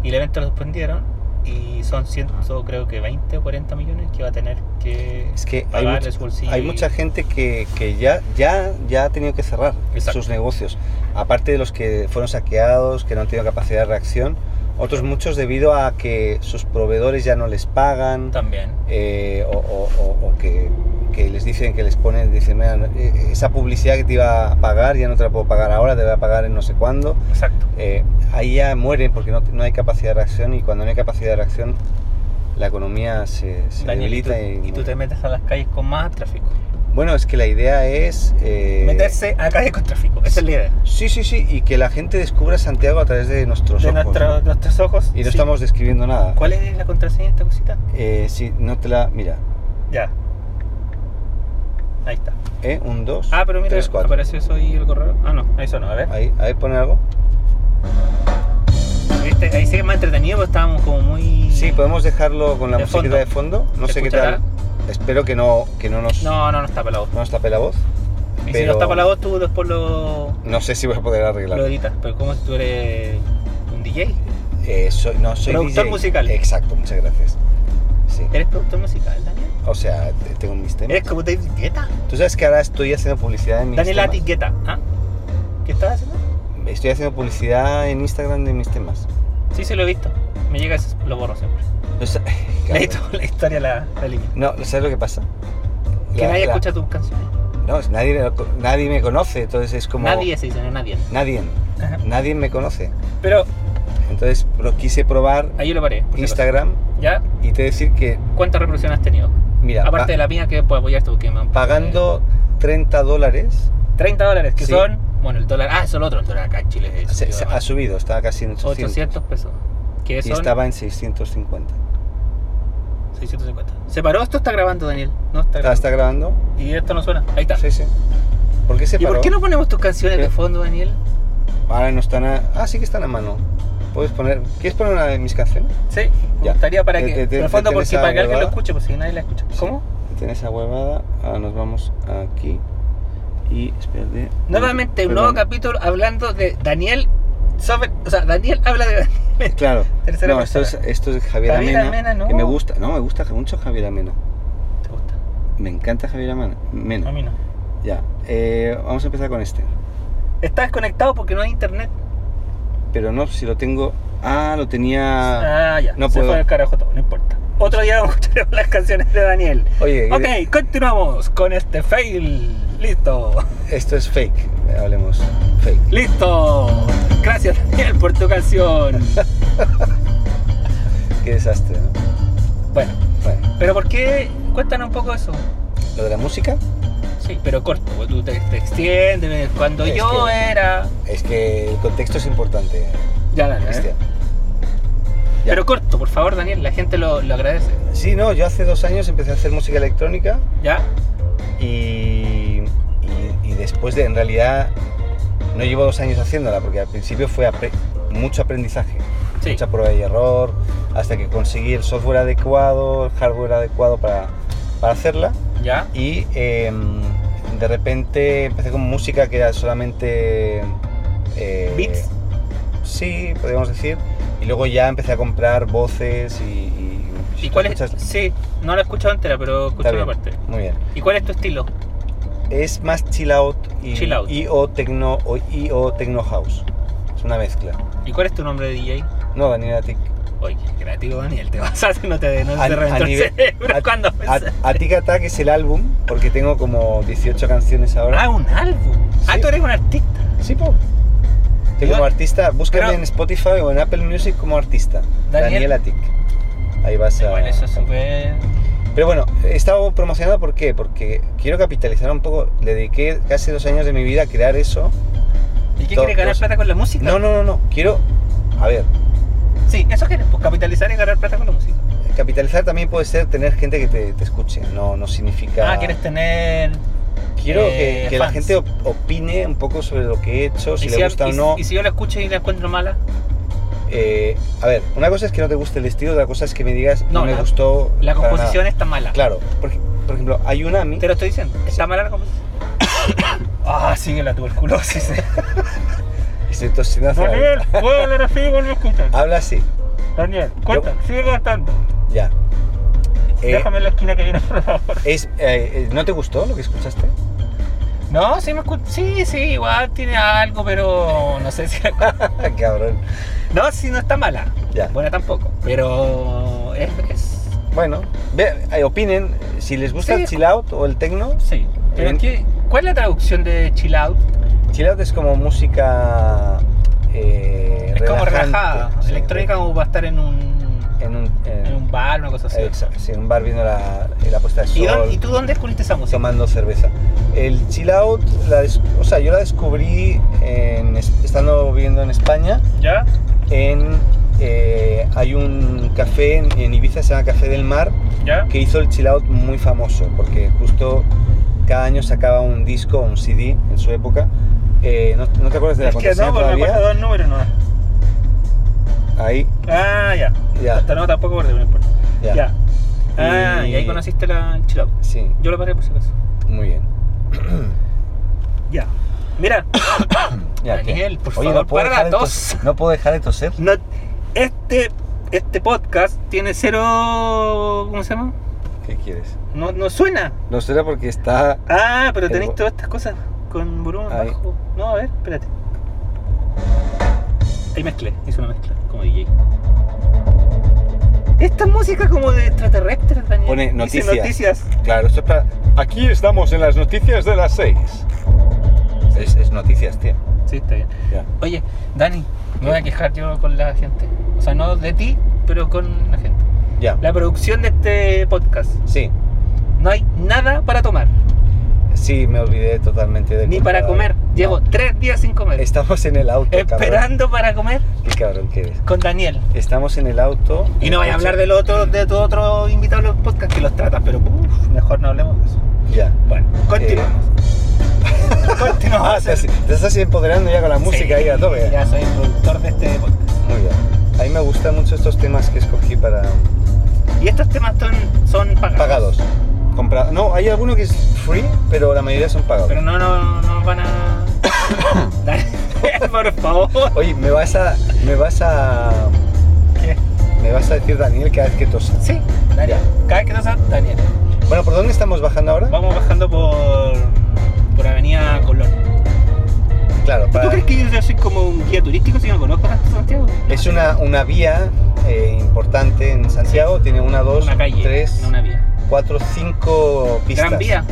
[SPEAKER 2] Y el evento lo suspendieron. y son ciento, creo que 20 o 40 millones que va a tener que,
[SPEAKER 1] Ah. Es que hay,
[SPEAKER 2] pagar
[SPEAKER 1] mucha-
[SPEAKER 2] el bolsillo.
[SPEAKER 1] hay mucha gente que, que ya, ya, ya ha tenido que cerrar
[SPEAKER 2] Exacto.
[SPEAKER 1] sus negocios. Aparte de los que fueron saqueados, que no han tenido capacidad de reacción, otros muchos debido a que sus proveedores ya no les pagan
[SPEAKER 2] También.
[SPEAKER 1] eh, o, o- o- o que, que les dicen que les ponen, dicen, "Mira, no- eh, esa publicidad que te iba a pagar ya no te la puedo pagar ahora, te la voy a pagar en no sé cuándo.
[SPEAKER 2] Exacto.
[SPEAKER 1] Eh, ahí ya mueren porque no, no hay capacidad de reacción y cuando no hay capacidad de reacción la economía se, se
[SPEAKER 2] Daniel, y tú,
[SPEAKER 1] debilita
[SPEAKER 2] y tú te metes a las calles con más tráfico.
[SPEAKER 1] bueno, es que la idea es... eh,
[SPEAKER 2] Meterse a la calle con tráfico. Esa es la idea.
[SPEAKER 1] Sí, sí, sí, y que la gente descubra Santiago a través de nuestros
[SPEAKER 2] De
[SPEAKER 1] ojos.
[SPEAKER 2] nuestro-
[SPEAKER 1] ¿no?
[SPEAKER 2] nuestros ojos.
[SPEAKER 1] Y no
[SPEAKER 2] sí.
[SPEAKER 1] estamos describiendo nada.
[SPEAKER 2] ¿Cuál es la contraseña de esta cosita?
[SPEAKER 1] Eh, sí, no te la... Mira,
[SPEAKER 2] Ya. Ahí está.
[SPEAKER 1] ¿eh? Un, dos,
[SPEAKER 2] Ah, pero mira,
[SPEAKER 1] tres, cuatro.
[SPEAKER 2] apareció eso y el correo. Ah, no, eso no, a ver.
[SPEAKER 1] Ahí, ahí pone algo.
[SPEAKER 2] ¿Viste? Ahí sí es más entretenido porque estábamos como muy.
[SPEAKER 1] Sí, podemos dejarlo con la
[SPEAKER 2] De
[SPEAKER 1] musiquita
[SPEAKER 2] fondo.
[SPEAKER 1] de fondo. No
[SPEAKER 2] ¿Se
[SPEAKER 1] sé qué
[SPEAKER 2] escuchará?
[SPEAKER 1] tal. Espero que no, que no nos,
[SPEAKER 2] No, no, no está para la voz.
[SPEAKER 1] no nos tape la voz.
[SPEAKER 2] Y si
[SPEAKER 1] pero-
[SPEAKER 2] no está para la voz, tú después lo,
[SPEAKER 1] No sé si voy a poder
[SPEAKER 2] lo
[SPEAKER 1] arreglarlo.
[SPEAKER 2] editas. Pero como si tú eres un DJ.
[SPEAKER 1] Eh, soy- no, soy
[SPEAKER 2] Productor
[SPEAKER 1] DJ.
[SPEAKER 2] musical. Eh.
[SPEAKER 1] Exacto, muchas gracias. Sí.
[SPEAKER 2] ¿Eres productor musical, Daniel?
[SPEAKER 1] O sea, te- tengo mis temas.
[SPEAKER 2] ¿Eres como David Guetta?
[SPEAKER 1] Tú sabes que ahora estoy haciendo publicidad en mis
[SPEAKER 2] Eh. Daniel
[SPEAKER 1] temas.
[SPEAKER 2] Atis Guetta. ¿Ah? ¿Qué estás haciendo?
[SPEAKER 1] Estoy haciendo publicidad en Instagram de mis temas.
[SPEAKER 2] Sí, sí, lo he visto. Me llega, ese- lo borro siempre.
[SPEAKER 1] No sé-
[SPEAKER 2] La, histo- la historia la, la elimino.
[SPEAKER 1] No, ¿sabes lo que pasa?
[SPEAKER 2] Que
[SPEAKER 1] La-
[SPEAKER 2] nadie
[SPEAKER 1] la-
[SPEAKER 2] escucha tus canciones.
[SPEAKER 1] No, es- nadie, nadie me conoce, entonces es como...
[SPEAKER 2] Nadie se dice, no, nadie.
[SPEAKER 1] Nadie.
[SPEAKER 2] Ajá.
[SPEAKER 1] Nadie me conoce.
[SPEAKER 2] Pero
[SPEAKER 1] Entonces lo quise probar
[SPEAKER 2] ahí yo lo paré. por si
[SPEAKER 1] Instagram
[SPEAKER 2] acaso. ¿Ya?
[SPEAKER 1] y te decir que,
[SPEAKER 2] ¿Cuántas reproducciones has tenido?
[SPEAKER 1] mira,
[SPEAKER 2] Aparte
[SPEAKER 1] pa-
[SPEAKER 2] de la mía que puedo apoyarte porque me han-
[SPEAKER 1] pagando 30 dólares,
[SPEAKER 2] 30 dólares, que
[SPEAKER 1] Sí.
[SPEAKER 2] son. Bueno, el dólar. Ah, eso es lo otro. El dólar acá en Chile es.
[SPEAKER 1] se- se- ha subido, estaba casi en 800.
[SPEAKER 2] 800 pesos. Que
[SPEAKER 1] y
[SPEAKER 2] son
[SPEAKER 1] estaba en 650.
[SPEAKER 2] 650. ¿Se paró? Esto está grabando, Daniel. No
[SPEAKER 1] ¿Está,
[SPEAKER 2] está grabando.
[SPEAKER 1] está grabando?
[SPEAKER 2] Y esto no suena. Ahí está.
[SPEAKER 1] Ah, Sí, sí. ¿Por qué se
[SPEAKER 2] ¿Y por
[SPEAKER 1] paró?
[SPEAKER 2] qué no ponemos tus canciones de
[SPEAKER 1] ¿Qué?
[SPEAKER 2] fondo, Daniel?
[SPEAKER 1] Ahora no están a... Ah, sí que están a mano. Puedes poner... ¿Quieres poner una de mis canciones?
[SPEAKER 2] Sí, me
[SPEAKER 1] Ya.
[SPEAKER 2] gustaría para
[SPEAKER 1] Te-
[SPEAKER 2] que.
[SPEAKER 1] te- te-
[SPEAKER 2] en el fondo,
[SPEAKER 1] te
[SPEAKER 2] porque
[SPEAKER 1] tienes
[SPEAKER 2] para que alguien lo
[SPEAKER 1] abordada.
[SPEAKER 2] escuche, pues si nadie la escucha.
[SPEAKER 1] Sí.
[SPEAKER 2] ¿Cómo?
[SPEAKER 1] Tienes esa huevada. Ahora nos vamos aquí. Y espérate.
[SPEAKER 2] Nuevamente, un
[SPEAKER 1] Perdón.
[SPEAKER 2] nuevo capítulo hablando de Daniel. Sober, o sea, Daniel habla de Daniel.
[SPEAKER 1] Claro.
[SPEAKER 2] Tercera
[SPEAKER 1] no, esto es,
[SPEAKER 2] persona.
[SPEAKER 1] esto es Javier,
[SPEAKER 2] Javier
[SPEAKER 1] Amena.
[SPEAKER 2] Amena, no.
[SPEAKER 1] Que me gusta. No, me gusta mucho Javier Amena.
[SPEAKER 2] ¿Te gusta?
[SPEAKER 1] Me encanta Javier Amena. Mena.
[SPEAKER 2] A mí no.
[SPEAKER 1] Ya. Eh, vamos a empezar con este.
[SPEAKER 2] Está desconectado porque no hay internet.
[SPEAKER 1] Pero no, si lo tengo. Ah, lo tenía.
[SPEAKER 2] Ah, ya.
[SPEAKER 1] no
[SPEAKER 2] se
[SPEAKER 1] puedo.
[SPEAKER 2] fue al carajo todo, no importa. Otro día vamos a escuchar las canciones de Daniel.
[SPEAKER 1] Oye,
[SPEAKER 2] Ok, continuamos con este fail. Listo,
[SPEAKER 1] esto es fake. Eh, Hablemos. Fake.
[SPEAKER 2] listo. Gracias, Daniel, por tu canción.
[SPEAKER 1] Qué desastre, ¿no?
[SPEAKER 2] Bueno,
[SPEAKER 1] Bueno,
[SPEAKER 2] pero ¿por qué? Cuéntanos un poco eso.
[SPEAKER 1] lo de la música
[SPEAKER 2] Sí, pero corto, porque tú te, te extiendes. Cuando
[SPEAKER 1] Es
[SPEAKER 2] yo
[SPEAKER 1] que-
[SPEAKER 2] era.
[SPEAKER 1] es que el contexto es importante,
[SPEAKER 2] Ya, dale. ¿eh?
[SPEAKER 1] Cristian. Ya.
[SPEAKER 2] Pero corto, por favor, Daniel, la gente lo, lo agradece.
[SPEAKER 1] Sí, no, yo hace dos años empecé a hacer música electrónica
[SPEAKER 2] ¿Ya?
[SPEAKER 1] y, y- y después de, en realidad, no llevo dos años haciéndola porque al principio fue apre- mucho aprendizaje,
[SPEAKER 2] Sí.
[SPEAKER 1] mucha prueba y error, hasta que conseguí el software adecuado, el hardware adecuado para, para hacerla
[SPEAKER 2] ¿Ya?
[SPEAKER 1] y em, de repente empecé con música que era solamente... eh,
[SPEAKER 2] Beats.
[SPEAKER 1] Sí, podríamos decir. Y luego ya empecé a comprar voces y... ¿Y,
[SPEAKER 2] ¿Y cuál es?
[SPEAKER 1] escuchas-
[SPEAKER 2] Sí, no la he escuchado entera, pero escuché
[SPEAKER 1] Está
[SPEAKER 2] una
[SPEAKER 1] bien,
[SPEAKER 2] parte.
[SPEAKER 1] muy bien.
[SPEAKER 2] ¿Y cuál es tu estilo?
[SPEAKER 1] es más chill out y,
[SPEAKER 2] Chill out.
[SPEAKER 1] y o techno o, y o techno house. Es una mezcla.
[SPEAKER 2] ¿Y cuál es tu nombre de DJ?
[SPEAKER 1] No, Daniel Atik.
[SPEAKER 2] Oye, qué creativo, Daniel, te vas a hacer, no te no
[SPEAKER 1] A-
[SPEAKER 2] se
[SPEAKER 1] a
[SPEAKER 2] reventó el
[SPEAKER 1] nivel-
[SPEAKER 2] cerebro
[SPEAKER 1] a-
[SPEAKER 2] cuando pensaste.
[SPEAKER 1] A- Atik Attack es el álbum, porque tengo como 18 canciones ahora.
[SPEAKER 2] Ah, un álbum. Ah,
[SPEAKER 1] Sí.
[SPEAKER 2] tú eres un artista.
[SPEAKER 1] sí, po. Tengo como
[SPEAKER 2] Yo-
[SPEAKER 1] artista, búscame
[SPEAKER 2] pero-
[SPEAKER 1] en Spotify o en Apple Music como artista.
[SPEAKER 2] Daniel-
[SPEAKER 1] Daniel, Atik. Ahí vas a.
[SPEAKER 2] Igual, eso es súper.
[SPEAKER 1] Pero bueno, he estado promocionado ¿por qué? Porque quiero capitalizar un poco. Le dediqué casi dos años de mi vida a crear eso.
[SPEAKER 2] ¿Y qué
[SPEAKER 1] Todo-
[SPEAKER 2] quieres ganar
[SPEAKER 1] todo-
[SPEAKER 2] plata con la música?
[SPEAKER 1] No, no, no, no. Quiero. A ver,
[SPEAKER 2] Sí, eso quieres, pues capitalizar y ganar plata con la música.
[SPEAKER 1] Capitalizar también puede ser tener gente que te, te escuche, no, no significa...
[SPEAKER 2] Ah, quieres tener.
[SPEAKER 1] Quiero
[SPEAKER 2] eh,
[SPEAKER 1] que, que la
[SPEAKER 2] fans.
[SPEAKER 1] gente op- opine un poco sobre lo que he hecho, si
[SPEAKER 2] ¿Y
[SPEAKER 1] le gusta
[SPEAKER 2] y
[SPEAKER 1] o no.
[SPEAKER 2] y si yo la escucho y la encuentro mala?
[SPEAKER 1] Eh, a ver, una cosa es que no te guste el estilo, otra cosa es que me digas, no,
[SPEAKER 2] No,
[SPEAKER 1] me
[SPEAKER 2] la-
[SPEAKER 1] gustó.
[SPEAKER 2] La
[SPEAKER 1] para
[SPEAKER 2] composición
[SPEAKER 1] nada".
[SPEAKER 2] está mala.
[SPEAKER 1] Claro, por, ej- por ejemplo, hay una a mí.
[SPEAKER 2] Te lo estoy diciendo. Está mala la composición. Ah, sigue la tuberculosis.
[SPEAKER 1] Estoy tosiendo hacia la-
[SPEAKER 2] puedo hablar así y vuelvo a escuchar.
[SPEAKER 1] Habla así.
[SPEAKER 2] Daniel, cuenta,
[SPEAKER 1] Yo-
[SPEAKER 2] sigue contando.
[SPEAKER 1] Ya. Eh,
[SPEAKER 2] Déjame en la esquina que viene, por favor.
[SPEAKER 1] es, eh, eh, ¿No te gustó lo que escuchaste?
[SPEAKER 2] No, sí, me escu- sí, sí, igual tiene algo, pero no sé si...
[SPEAKER 1] Ah, Cabrón.
[SPEAKER 2] No, sí, no está mala.
[SPEAKER 1] Ya.
[SPEAKER 2] Buena tampoco, pero es... es-
[SPEAKER 1] Bueno, ve, eh, opinen si les gusta
[SPEAKER 2] Sí.
[SPEAKER 1] el chill out o el techno.
[SPEAKER 2] sí. Pero
[SPEAKER 1] Bien.
[SPEAKER 2] ¿qué- ¿Cuál es la traducción de chill out?
[SPEAKER 1] Chill out es como música. eh,
[SPEAKER 2] Es como
[SPEAKER 1] relajante,
[SPEAKER 2] relajada,
[SPEAKER 1] sí.
[SPEAKER 2] electrónica como para estar en un,
[SPEAKER 1] En un, en-
[SPEAKER 2] en un bar, una cosa así.
[SPEAKER 1] Exacto, sí, en un bar viendo la, la puesta de sol.
[SPEAKER 2] ¿Y, dónde- y tú dónde descubriste esa música?
[SPEAKER 1] tomando cerveza. El chill out, la des- o sea, yo la descubrí en es- estando viviendo en España.
[SPEAKER 2] ¿Ya?
[SPEAKER 1] En, eh, hay un café en, en Ibiza, se llama Café del Mar,
[SPEAKER 2] ¿Ya?
[SPEAKER 1] que hizo el chill out muy famoso, porque justo cada año sacaba un disco, un CD en su época. Eh, ¿no, no te acuerdas de la contraseña
[SPEAKER 2] pues,
[SPEAKER 1] todavía?
[SPEAKER 2] dos números nomás.
[SPEAKER 1] Ahí,
[SPEAKER 2] Ah, ya.
[SPEAKER 1] ya,
[SPEAKER 2] Hasta no, tampoco por no importa.
[SPEAKER 1] ya,
[SPEAKER 2] Ya. Ah, y...
[SPEAKER 1] Y-
[SPEAKER 2] ahí conociste la el chill out.
[SPEAKER 1] Sí,
[SPEAKER 2] Yo lo paré por si acaso.
[SPEAKER 1] muy bien.
[SPEAKER 2] Ya. Mira,
[SPEAKER 1] Ya, ¿qué?
[SPEAKER 2] Daniel, por
[SPEAKER 1] Oye,
[SPEAKER 2] favor,
[SPEAKER 1] no puedo,
[SPEAKER 2] para
[SPEAKER 1] dejar
[SPEAKER 2] la
[SPEAKER 1] de tos-
[SPEAKER 2] tos.
[SPEAKER 1] no puedo dejar de toser.
[SPEAKER 2] no, este, este podcast tiene cero. ¿Cómo se llama?
[SPEAKER 1] ¿Qué quieres?
[SPEAKER 2] No, no suena.
[SPEAKER 1] No será porque está.
[SPEAKER 2] Ah, pero
[SPEAKER 1] El
[SPEAKER 2] tenéis
[SPEAKER 1] vo-
[SPEAKER 2] todas estas cosas con volumen
[SPEAKER 1] Ahí.
[SPEAKER 2] bajo. No, a ver, espérate. Ahí mezclé, hice una mezcla como DJ. Esta música como de extraterrestres, Daniel.
[SPEAKER 1] Pone
[SPEAKER 2] Dice
[SPEAKER 1] noticias.
[SPEAKER 2] noticias.
[SPEAKER 1] Claro, esto es para. Aquí estamos en las noticias de las 6. Es, es noticias, tío.
[SPEAKER 2] Sí, está bien.
[SPEAKER 1] Ya.
[SPEAKER 2] Oye, Dani, me voy a quejar yo con la gente. O sea, no de ti, pero con la gente.
[SPEAKER 1] Ya.
[SPEAKER 2] La producción de este podcast.
[SPEAKER 1] Sí,
[SPEAKER 2] No hay nada para tomar,
[SPEAKER 1] sí, me olvidé totalmente de.
[SPEAKER 2] ni para
[SPEAKER 1] comprar.
[SPEAKER 2] comer. Llevo
[SPEAKER 1] No,
[SPEAKER 2] tres días sin comer.
[SPEAKER 1] Estamos en el auto, cabrón.
[SPEAKER 2] Esperando para comer
[SPEAKER 1] Qué cabrón que eres.
[SPEAKER 2] con Daniel.
[SPEAKER 1] Estamos en el auto.
[SPEAKER 2] Y no vaya a hablar del otro, de tu otro invitado en los podcast que los tratas, pero uf, mejor no hablemos de eso.
[SPEAKER 1] Ya.
[SPEAKER 2] Bueno, continuamos.
[SPEAKER 1] Ah,
[SPEAKER 2] continuamos.
[SPEAKER 1] te, te estás empoderando ya con la música ahí a tope.
[SPEAKER 2] Ya soy el productor de este podcast.
[SPEAKER 1] Muy bien. A mí me gustan mucho estos temas que escogí para.
[SPEAKER 2] Y estos temas son, son pagados.
[SPEAKER 1] Pagados. Compra... No, hay alguno que es free, pero la mayoría son pagados.
[SPEAKER 2] Pero no nos no nos van a. Daniel, por favor.
[SPEAKER 1] Oye, me vas a. Me vas a.
[SPEAKER 2] ¿Qué?
[SPEAKER 1] Me vas a decir, Daniel, cada vez que tos.
[SPEAKER 2] Sí, Daniel. Cada vez que nos Daniel.
[SPEAKER 1] Bueno, ¿por dónde estamos bajando ahora?
[SPEAKER 2] Vamos bajando por. por Avenida Colón.
[SPEAKER 1] Claro,
[SPEAKER 2] ¿Tú
[SPEAKER 1] para-
[SPEAKER 2] crees que yo soy como un guía turístico si no conozco tanto Santiago?
[SPEAKER 1] es una, una vía eh, importante en Santiago. Tiene una, dos,
[SPEAKER 2] una calle,
[SPEAKER 1] tres,
[SPEAKER 2] no una vía.
[SPEAKER 1] cuatro, cinco pistas.
[SPEAKER 2] Gran Vía.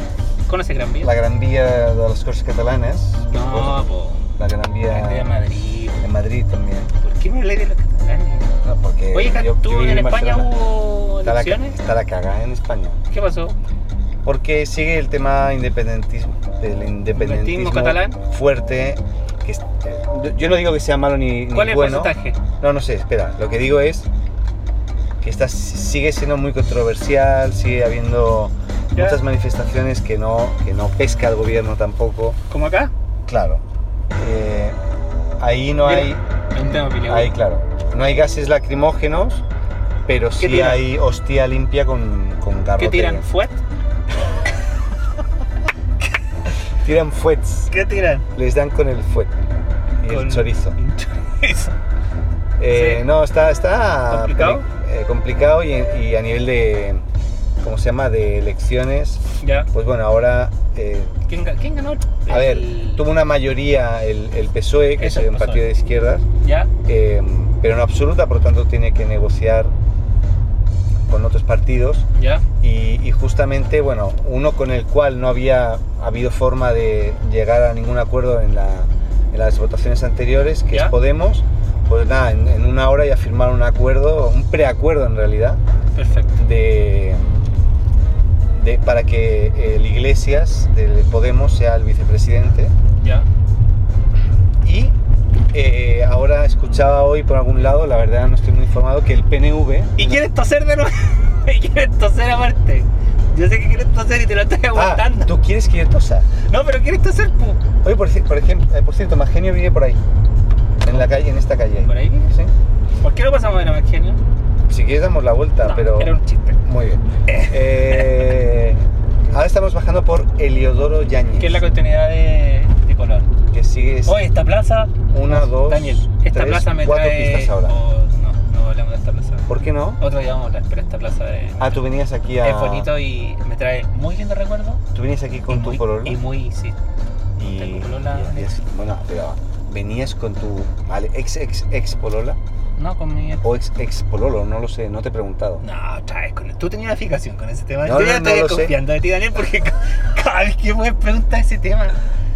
[SPEAKER 2] ¿Conoce Gran Vía?
[SPEAKER 1] La Gran Vía de las Cortes Catalanas. por
[SPEAKER 2] No,
[SPEAKER 1] supuesto.
[SPEAKER 2] po.
[SPEAKER 1] La Gran
[SPEAKER 2] La gente de
[SPEAKER 1] Vía
[SPEAKER 2] Madrid.
[SPEAKER 1] de Madrid también.
[SPEAKER 2] ¿Por qué me hablé de los catalanes?
[SPEAKER 1] No, porque
[SPEAKER 2] Oye,
[SPEAKER 1] Eh, yo- yo
[SPEAKER 2] ¿tú
[SPEAKER 1] viví
[SPEAKER 2] en España
[SPEAKER 1] Barcelona.
[SPEAKER 2] hubo
[SPEAKER 1] Está la, ca-
[SPEAKER 2] elecciones?
[SPEAKER 1] está la caga en España.
[SPEAKER 2] ¿Qué pasó?
[SPEAKER 1] Porque sigue el tema independentismo, del independentismo
[SPEAKER 2] catalán?
[SPEAKER 1] fuerte. Que, es- eh, yo no digo que sea malo ni, ni
[SPEAKER 2] ¿Cuál es el
[SPEAKER 1] bueno.
[SPEAKER 2] porcentaje?
[SPEAKER 1] No, no sé, espera. Lo que digo es que está, sigue siendo muy controversial, sigue habiendo
[SPEAKER 2] Ya.
[SPEAKER 1] muchas manifestaciones que no, que no pesca el gobierno tampoco.
[SPEAKER 2] ¿Como acá?
[SPEAKER 1] Claro. eh, ahí no
[SPEAKER 2] Mira,
[SPEAKER 1] hay.
[SPEAKER 2] Hay un tema opinión.
[SPEAKER 1] Ahí, claro. No hay gases lacrimógenos, pero sí
[SPEAKER 2] tiran?
[SPEAKER 1] hay hostia limpia con, con
[SPEAKER 2] ¿Qué
[SPEAKER 1] garrote.
[SPEAKER 2] tiran? ¿Fuet?
[SPEAKER 1] Tiran fuets.
[SPEAKER 2] ¿Qué tiran?
[SPEAKER 1] Les dan con el fuet. Y el
[SPEAKER 2] Con-
[SPEAKER 1] chorizo.
[SPEAKER 2] Chorizo.
[SPEAKER 1] Eh,
[SPEAKER 2] Sí.
[SPEAKER 1] No, está, está
[SPEAKER 2] ¿Complicado?
[SPEAKER 1] peli- eh, complicado y, y a nivel de, ¿cómo se llama?, de elecciones.
[SPEAKER 2] Ya.
[SPEAKER 1] Pues bueno, ahora, eh,
[SPEAKER 2] ¿Quién, ga- quién ganó?
[SPEAKER 1] a ver,
[SPEAKER 2] El-
[SPEAKER 1] tuvo una mayoría el, el PSOE, E, que es
[SPEAKER 2] Eso, el
[SPEAKER 1] un
[SPEAKER 2] PSOE.
[SPEAKER 1] partido de izquierdas,
[SPEAKER 2] ¿Ya?
[SPEAKER 1] eh, pero no absoluta, por lo tanto tiene que negociar con otros partidos.
[SPEAKER 2] ¿Ya?
[SPEAKER 1] Y, y justamente, bueno, uno con el cual no había habido forma de llegar a ningún acuerdo en, la- en las votaciones anteriores, que
[SPEAKER 2] ¿Ya?
[SPEAKER 1] es Podemos, pues nada, en, en una hora ya firmaron un acuerdo, un preacuerdo en realidad,
[SPEAKER 2] Perfecto.
[SPEAKER 1] de, de- para que eh, el Iglesias de Podemos sea el vicepresidente.
[SPEAKER 2] ¿Ya?
[SPEAKER 1] Y eh, ahora escuchaba hoy por algún lado, la verdad no estoy muy informado, que el PNV...
[SPEAKER 2] ¿Y quieres toser de nuevo? ¿Y quieres toser aparte? Yo sé que quieres toser y te lo estoy
[SPEAKER 1] Ah,
[SPEAKER 2] aguantando.
[SPEAKER 1] ¿tú quieres que yo tosa?
[SPEAKER 2] No, pero quieres toser, pu.
[SPEAKER 1] Oye, por, ci- por, ejemplo, eh, por cierto, Magenio vive por ahí. En la calle, en esta calle.
[SPEAKER 2] ¿Por ahí?
[SPEAKER 1] Sí.
[SPEAKER 2] ¿Por qué no pasamos de la Genio?
[SPEAKER 1] Si quieres damos la vuelta,
[SPEAKER 2] No,
[SPEAKER 1] pero...
[SPEAKER 2] Era un chiste.
[SPEAKER 1] Muy bien. Eh, ahora estamos bajando por Heliodoro Yáñez.
[SPEAKER 2] que es la continuidad de, de color.
[SPEAKER 1] que sigue...
[SPEAKER 2] Oye, esta plaza.
[SPEAKER 1] Una, dos,
[SPEAKER 2] Daniel, esta
[SPEAKER 1] tres,
[SPEAKER 2] plaza me
[SPEAKER 1] cuatro
[SPEAKER 2] trae.
[SPEAKER 1] pistas ahora.
[SPEAKER 2] Oh, no, no, hablemos de esta plaza.
[SPEAKER 1] ¿Por qué no?
[SPEAKER 2] Otro día vamos a hablar, pero esta plaza es,
[SPEAKER 1] Ah, tú venías aquí a...
[SPEAKER 2] es bonito y me trae muy lindos recuerdos.
[SPEAKER 1] Tú venías aquí
[SPEAKER 2] y
[SPEAKER 1] con tu
[SPEAKER 2] muy,
[SPEAKER 1] polola.
[SPEAKER 2] Y muy, sí.
[SPEAKER 1] y-
[SPEAKER 2] tengo polola,
[SPEAKER 1] y- y
[SPEAKER 2] de
[SPEAKER 1] así. bueno, pero venías con tu vale, ex ex ex polola
[SPEAKER 2] No, con mi...
[SPEAKER 1] o ex ex pololo, no lo sé, no te he preguntado.
[SPEAKER 2] No, traes con... Tú tenías fijación con ese tema.
[SPEAKER 1] No,
[SPEAKER 2] Yo
[SPEAKER 1] no,
[SPEAKER 2] ya
[SPEAKER 1] no
[SPEAKER 2] estoy
[SPEAKER 1] lo sé.
[SPEAKER 2] confiando de ti, Daniel, porque cada vez que me preguntas ese tema...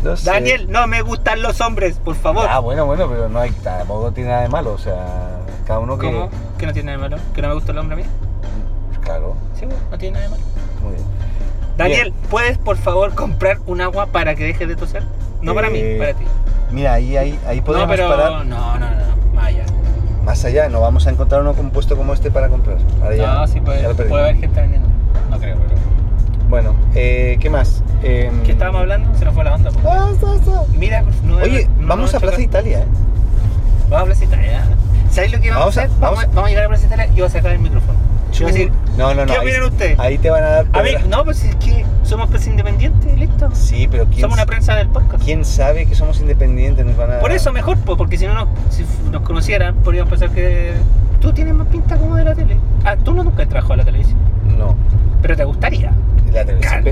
[SPEAKER 1] No sé.
[SPEAKER 2] Daniel, no me gustan los hombres, por favor.
[SPEAKER 1] Ah, bueno, bueno, pero no hay tampoco tiene nada de malo, o sea, cada uno que
[SPEAKER 2] ¿Cómo? ¿Que no tiene nada de malo? ¿Que no me gusta el hombre a mí?
[SPEAKER 1] claro,
[SPEAKER 2] Sí, bueno, no tiene nada de malo.
[SPEAKER 1] muy bien.
[SPEAKER 2] Daniel, ¿puedes por favor comprar un agua para que dejes de toser? No para mí,
[SPEAKER 1] Eh,
[SPEAKER 2] para ti.
[SPEAKER 1] Mira, ahí ahí ahí podemos
[SPEAKER 2] No, pero
[SPEAKER 1] parar.
[SPEAKER 2] no, no, no, vaya.
[SPEAKER 1] Más allá, no vamos a encontrar uno compuesto como este para comprar. Ahora ya-
[SPEAKER 2] No, sí
[SPEAKER 1] ya
[SPEAKER 2] puede,
[SPEAKER 1] lo perdí.
[SPEAKER 2] puede haber gente vendiendo. No creo, pero.
[SPEAKER 1] Bueno, eh, ¿qué más? Em,
[SPEAKER 2] ¿Qué estábamos hablando? Se nos fue la onda. po.
[SPEAKER 1] Ah, está, está.
[SPEAKER 2] Mira, pues, no,
[SPEAKER 1] Oye,
[SPEAKER 2] no, no,
[SPEAKER 1] vamos
[SPEAKER 2] no,
[SPEAKER 1] a Plaza
[SPEAKER 2] choca.
[SPEAKER 1] Italia, ¿eh?
[SPEAKER 2] Vamos a Plaza Italia. ¿Sabes lo que vamos,
[SPEAKER 1] Vamos
[SPEAKER 2] a
[SPEAKER 1] a-
[SPEAKER 2] hacer? Vamos,
[SPEAKER 1] vamos a-
[SPEAKER 2] vamos a llegar a Plaza Italia y yo voy a sacar el micrófono. Yo voy a decir,
[SPEAKER 1] no, no, no.
[SPEAKER 2] ¿qué
[SPEAKER 1] ahí-
[SPEAKER 2] opinan ustedes?
[SPEAKER 1] Ahí te van a dar.
[SPEAKER 2] a
[SPEAKER 1] piedra.
[SPEAKER 2] ver, no, pues es que somos prensa independiente, listo.
[SPEAKER 1] Sí, pero ¿quién,
[SPEAKER 2] Somos una prensa del podcast.
[SPEAKER 1] ¿quién ah? sabe que somos independientes? Nos van a...
[SPEAKER 2] Por eso mejor, po, porque si no nos, si f- nos conocieran, podríamos pensar que tú tienes más pinta como de la tele. Ah, tú no nunca has trabajado en la televisión,
[SPEAKER 1] No.
[SPEAKER 2] pero te gustaría,
[SPEAKER 1] La televisión siempre,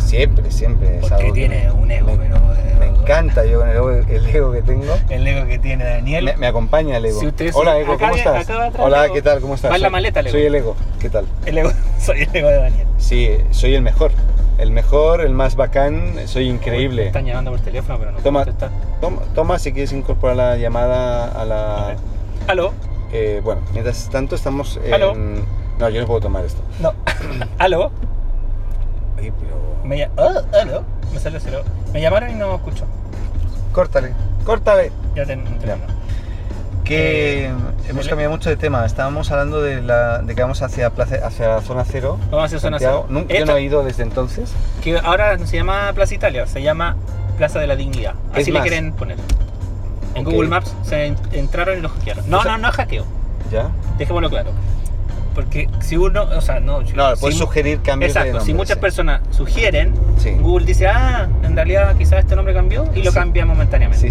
[SPEAKER 1] siempre, siempre, siempre es
[SPEAKER 2] porque
[SPEAKER 1] algo que
[SPEAKER 2] tiene
[SPEAKER 1] me-
[SPEAKER 2] un ego,
[SPEAKER 1] me,
[SPEAKER 2] pero... eh,
[SPEAKER 1] me encanta yo con el ego, el ego que tengo.
[SPEAKER 2] El ego que tiene Daniel.
[SPEAKER 1] Me, me acompaña el ego.
[SPEAKER 2] Si ustedes-
[SPEAKER 1] Hola, ego,
[SPEAKER 2] acá
[SPEAKER 1] ¿cómo
[SPEAKER 2] viene-
[SPEAKER 1] estás?
[SPEAKER 2] acá va atrás el
[SPEAKER 1] Hola,
[SPEAKER 2] ego.
[SPEAKER 1] ¿qué tal? ¿Cómo estás?
[SPEAKER 2] Va en la
[SPEAKER 1] Soy-
[SPEAKER 2] maleta el ego.
[SPEAKER 1] Soy el ego, ¿qué tal?
[SPEAKER 2] El ego, soy el ego de Daniel.
[SPEAKER 1] Sí, soy el mejor. El mejor, el más bacán, soy
[SPEAKER 2] Uy, me
[SPEAKER 1] increíble.
[SPEAKER 2] están llamando por teléfono, pero no
[SPEAKER 1] Toma.
[SPEAKER 2] puedo contestar.
[SPEAKER 1] Toma, toma, si quieres incorporar la llamada a la...
[SPEAKER 2] ¿Aló?
[SPEAKER 1] eh, bueno, mientras tanto estamos... en-
[SPEAKER 2] Aló.
[SPEAKER 1] No, yo no puedo tomar esto.
[SPEAKER 2] No. ¿Aló?
[SPEAKER 1] Ay, pero-
[SPEAKER 2] Me, ll- Ah, ¿Aló? Me salió cero. Me llamaron y no escucho.
[SPEAKER 1] Córtale, córtale.
[SPEAKER 2] Ya ten- termino.
[SPEAKER 1] Que
[SPEAKER 2] Eh,
[SPEAKER 1] hemos
[SPEAKER 2] el-
[SPEAKER 1] cambiado mucho de tema. Estábamos hablando de, la, de que vamos hacia, plaza- hacia la zona cero.
[SPEAKER 2] Vamos hacia zona
[SPEAKER 1] Santiago.
[SPEAKER 2] cero.
[SPEAKER 1] Nunca, yo
[SPEAKER 2] Esta-
[SPEAKER 1] no he ido desde entonces.
[SPEAKER 2] Que ahora no se llama Plaza Italia, se llama Plaza de la Dignidad. Así
[SPEAKER 1] Es
[SPEAKER 2] le
[SPEAKER 1] más.
[SPEAKER 2] quieren poner. En
[SPEAKER 1] Ok.
[SPEAKER 2] Google Maps se en- entraron y lo hackearon. No,
[SPEAKER 1] O sea-
[SPEAKER 2] no, no es hackeo.
[SPEAKER 1] ¿Ya?
[SPEAKER 2] Dejémoslo claro. Porque si uno, o sea, no.
[SPEAKER 1] No,
[SPEAKER 2] si-
[SPEAKER 1] puedes sugerir cambios de
[SPEAKER 2] Exacto, si
[SPEAKER 1] nombre,
[SPEAKER 2] muchas
[SPEAKER 1] sí.
[SPEAKER 2] personas sugieren,
[SPEAKER 1] Sí.
[SPEAKER 2] Google dice, ah, en realidad quizás este nombre cambió y lo
[SPEAKER 1] Sí.
[SPEAKER 2] cambia momentáneamente.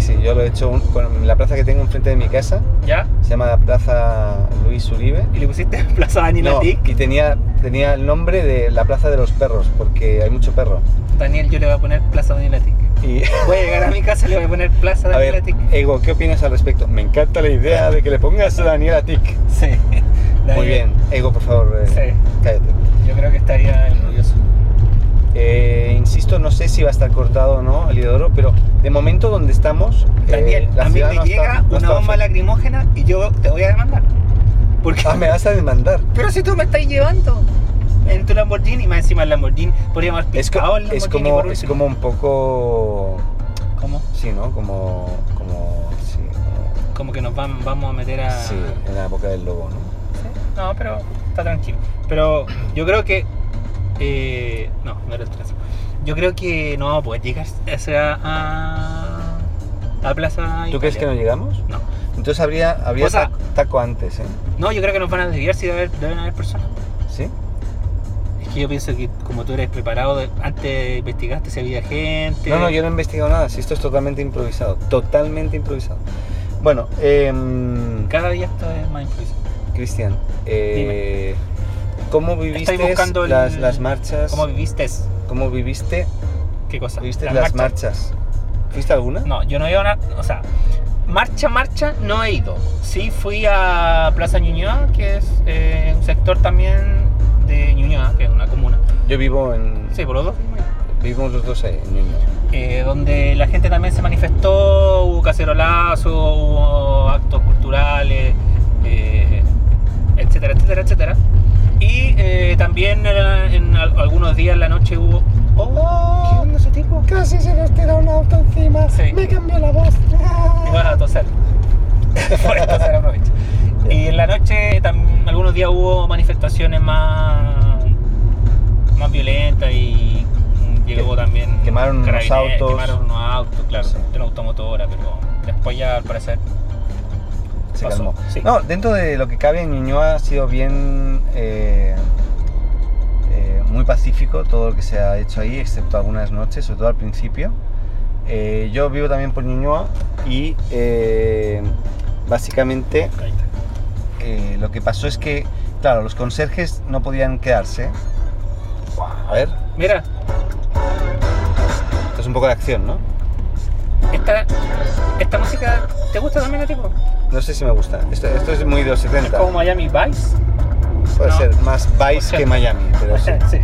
[SPEAKER 1] Sí, sí, yo lo he hecho un- con la plaza que tengo enfrente de mi casa.
[SPEAKER 2] ¿Ya?
[SPEAKER 1] Se llama la Plaza Luis Uribe.
[SPEAKER 2] Y le pusiste Plaza Daniel
[SPEAKER 1] No,
[SPEAKER 2] a ti.
[SPEAKER 1] y tenía, tenía el nombre de la Plaza de los Perros, porque hay mucho perro.
[SPEAKER 2] Daniel, yo le voy a poner Plaza Daniel a ti.
[SPEAKER 1] Y,
[SPEAKER 2] Voy a llegar a mi casa y le voy a poner Plaza
[SPEAKER 1] a
[SPEAKER 2] Daniel
[SPEAKER 1] ver,
[SPEAKER 2] a ti.
[SPEAKER 1] Ego, ¿qué opinas al respecto? Me encanta la idea de que le pongas a Daniela Tic.
[SPEAKER 2] Sí.
[SPEAKER 1] Muy bien, Ego, por favor, eh,
[SPEAKER 2] Sí.
[SPEAKER 1] cállate.
[SPEAKER 2] Yo creo que estaría orgulloso.
[SPEAKER 1] Eh, insisto, no sé si va a estar cortado o no el hidoro, pero de momento donde estamos... eh,
[SPEAKER 2] Daniel,
[SPEAKER 1] la
[SPEAKER 2] a mí
[SPEAKER 1] ciudad
[SPEAKER 2] me
[SPEAKER 1] no está-
[SPEAKER 2] llega
[SPEAKER 1] no
[SPEAKER 2] una
[SPEAKER 1] está
[SPEAKER 2] bomba
[SPEAKER 1] bajo-
[SPEAKER 2] lacrimógena y yo te voy a demandar. Porque,
[SPEAKER 1] Ah, me vas a demandar.
[SPEAKER 2] Pero si tú me estás llevando en tu Lamborghini, más encima el Lamborghini, podríamos haber
[SPEAKER 1] Es, co-
[SPEAKER 2] pintado el
[SPEAKER 1] es
[SPEAKER 2] Lamborghini
[SPEAKER 1] como,
[SPEAKER 2] por
[SPEAKER 1] es
[SPEAKER 2] último.
[SPEAKER 1] como un poco...
[SPEAKER 2] ¿Cómo?
[SPEAKER 1] Sí, ¿no? Como... como sí, como-
[SPEAKER 2] Como que nos van- vamos a meter a...
[SPEAKER 1] sí, en la boca del lobo, ¿no?
[SPEAKER 2] Sí, No, pero está tranquilo. Pero yo creo que. eh, no, no era el tránsito. Yo creo que no vamos a poder llegar o sea, a. a Plaza.
[SPEAKER 1] ¿Tú crees que no llegamos?
[SPEAKER 2] No.
[SPEAKER 1] Entonces habría, habría
[SPEAKER 2] O sea-
[SPEAKER 1] ta- taco antes, ¿eh?
[SPEAKER 2] No, yo creo que nos van a desviar si deben, deben haber personas.
[SPEAKER 1] ¿Sí?
[SPEAKER 2] Es que yo pienso que como tú eres preparado, de- antes investigaste si había gente.
[SPEAKER 1] No, no, yo no he investigado nada, si esto es totalmente improvisado, totalmente improvisado. Bueno, em,
[SPEAKER 2] Cada día esto es más improvisado.
[SPEAKER 1] Cristian, eh, ¿cómo viviste
[SPEAKER 2] buscando el-
[SPEAKER 1] las, las marchas?
[SPEAKER 2] ¿Cómo viviste?
[SPEAKER 1] ¿Cómo viviste,
[SPEAKER 2] ¿Qué cosa?
[SPEAKER 1] viviste las, marchas? ¿Fuiste a alguna?
[SPEAKER 2] No, yo no he ido a una. O sea, marcha, marcha no he ido. Sí fui a Plaza Ñuñoa, que es eh, un sector también de Ñuñoa, que es una comuna.
[SPEAKER 1] Yo vivo en...
[SPEAKER 2] Sí, por los dos.
[SPEAKER 1] Vivimos los dos ahí, en Ñuñoa.
[SPEAKER 2] Eh, donde la gente también se manifestó, hubo cacerolazo, hubo actos culturales, eh, etcétera, etcétera, etcétera. Y eh, también eh, en al- algunos días en la noche hubo. ¡Oh! ¿Qué onda ese tipo?
[SPEAKER 3] Casi se nos tiró un auto encima.
[SPEAKER 2] Sí.
[SPEAKER 3] Me cambió la voz.
[SPEAKER 2] Y vas a toser. Por toser aprovecha. Y en la noche, tam- algunos días hubo manifestaciones más, más violentas y llegó también.
[SPEAKER 1] Quemaron unos
[SPEAKER 2] carabineros,
[SPEAKER 1] autos.
[SPEAKER 2] Quemaron unos autos, claro.
[SPEAKER 1] Sí.
[SPEAKER 2] De una automotora, pero después ya al parecer.
[SPEAKER 1] Se
[SPEAKER 2] Pasó,
[SPEAKER 1] calmó.
[SPEAKER 2] sí.
[SPEAKER 1] No, dentro de lo que cabe, Ñuñoa ha sido bien. eh, eh, muy pacífico todo lo que se ha hecho ahí, excepto algunas noches, sobre todo al principio. Eh, yo vivo también por Ñuñoa y eh, básicamente
[SPEAKER 2] Ahí está.
[SPEAKER 1] eh, lo que pasó es que, claro, los conserjes no podían quedarse. A ver,
[SPEAKER 2] Mira,
[SPEAKER 1] esto es un poco de acción, ¿no?
[SPEAKER 2] esta, esta música, ¿te gusta también a ti? po?
[SPEAKER 1] No sé si me gusta. Esto, esto es muy de los 70.
[SPEAKER 2] Como Miami Vice.
[SPEAKER 1] Puede
[SPEAKER 2] no.
[SPEAKER 1] ser más Vice que Miami, pero sí.
[SPEAKER 2] Sí.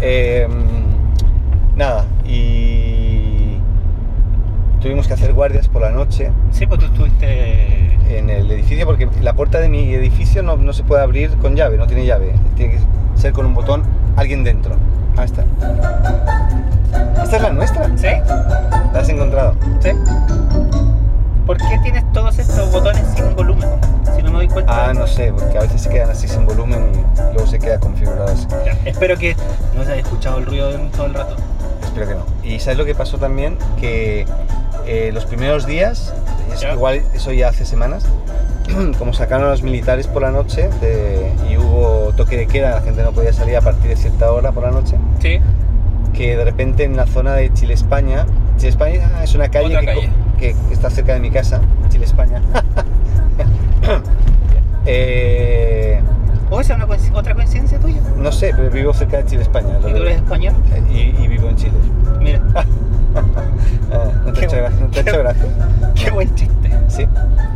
[SPEAKER 1] Eh, nada, y tuvimos que hacer guardias por la noche
[SPEAKER 2] Sí, pues tú estuviste.
[SPEAKER 1] en el edificio porque la puerta de mi edificio no, no se puede abrir con llave, no tiene llave. Tiene que ser con un botón alguien dentro. Ahí está. ¿Esta es la nuestra?
[SPEAKER 2] ¿Sí?
[SPEAKER 1] ¿La has encontrado?
[SPEAKER 2] ¿Sí? ¿Por qué tienes todos estos botones sin volumen? Si no me doy cuenta.
[SPEAKER 1] Ah, no sé, porque a veces se quedan así sin volumen y luego se queda configurado así.
[SPEAKER 2] Ya, espero que no se haya escuchado el ruido de todo el rato.
[SPEAKER 1] Espero que no. Y ¿sabes lo que pasó también? Que eh, los primeros días, es
[SPEAKER 2] Ya.
[SPEAKER 1] igual eso ya hace semanas, como sacaron a los militares por la noche de- y hubo toque de queda, la gente no podía salir a partir de cierta hora por la noche,
[SPEAKER 2] Sí.
[SPEAKER 1] que de repente en la zona de Chile-España, Chile-España ah, es una calle,
[SPEAKER 2] Otra
[SPEAKER 1] que, co-
[SPEAKER 2] calle.
[SPEAKER 1] que está cerca de mi casa, Chile-España. Eh,
[SPEAKER 2] ¿O esa es una coinc- otra coincidencia tuya?
[SPEAKER 1] no sé, pero vivo cerca de Chile-España. lo
[SPEAKER 2] ¿Y tú
[SPEAKER 1] de-
[SPEAKER 2] eres español?
[SPEAKER 1] y- y vivo en Chile.
[SPEAKER 2] Mira,
[SPEAKER 1] Ah, no te ha
[SPEAKER 2] Qué
[SPEAKER 1] hecho
[SPEAKER 2] bu-
[SPEAKER 1] gracia, no te ha
[SPEAKER 2] qué
[SPEAKER 1] hecho
[SPEAKER 2] bu-
[SPEAKER 1] gracia.
[SPEAKER 2] qué buen chiste.
[SPEAKER 1] Sí.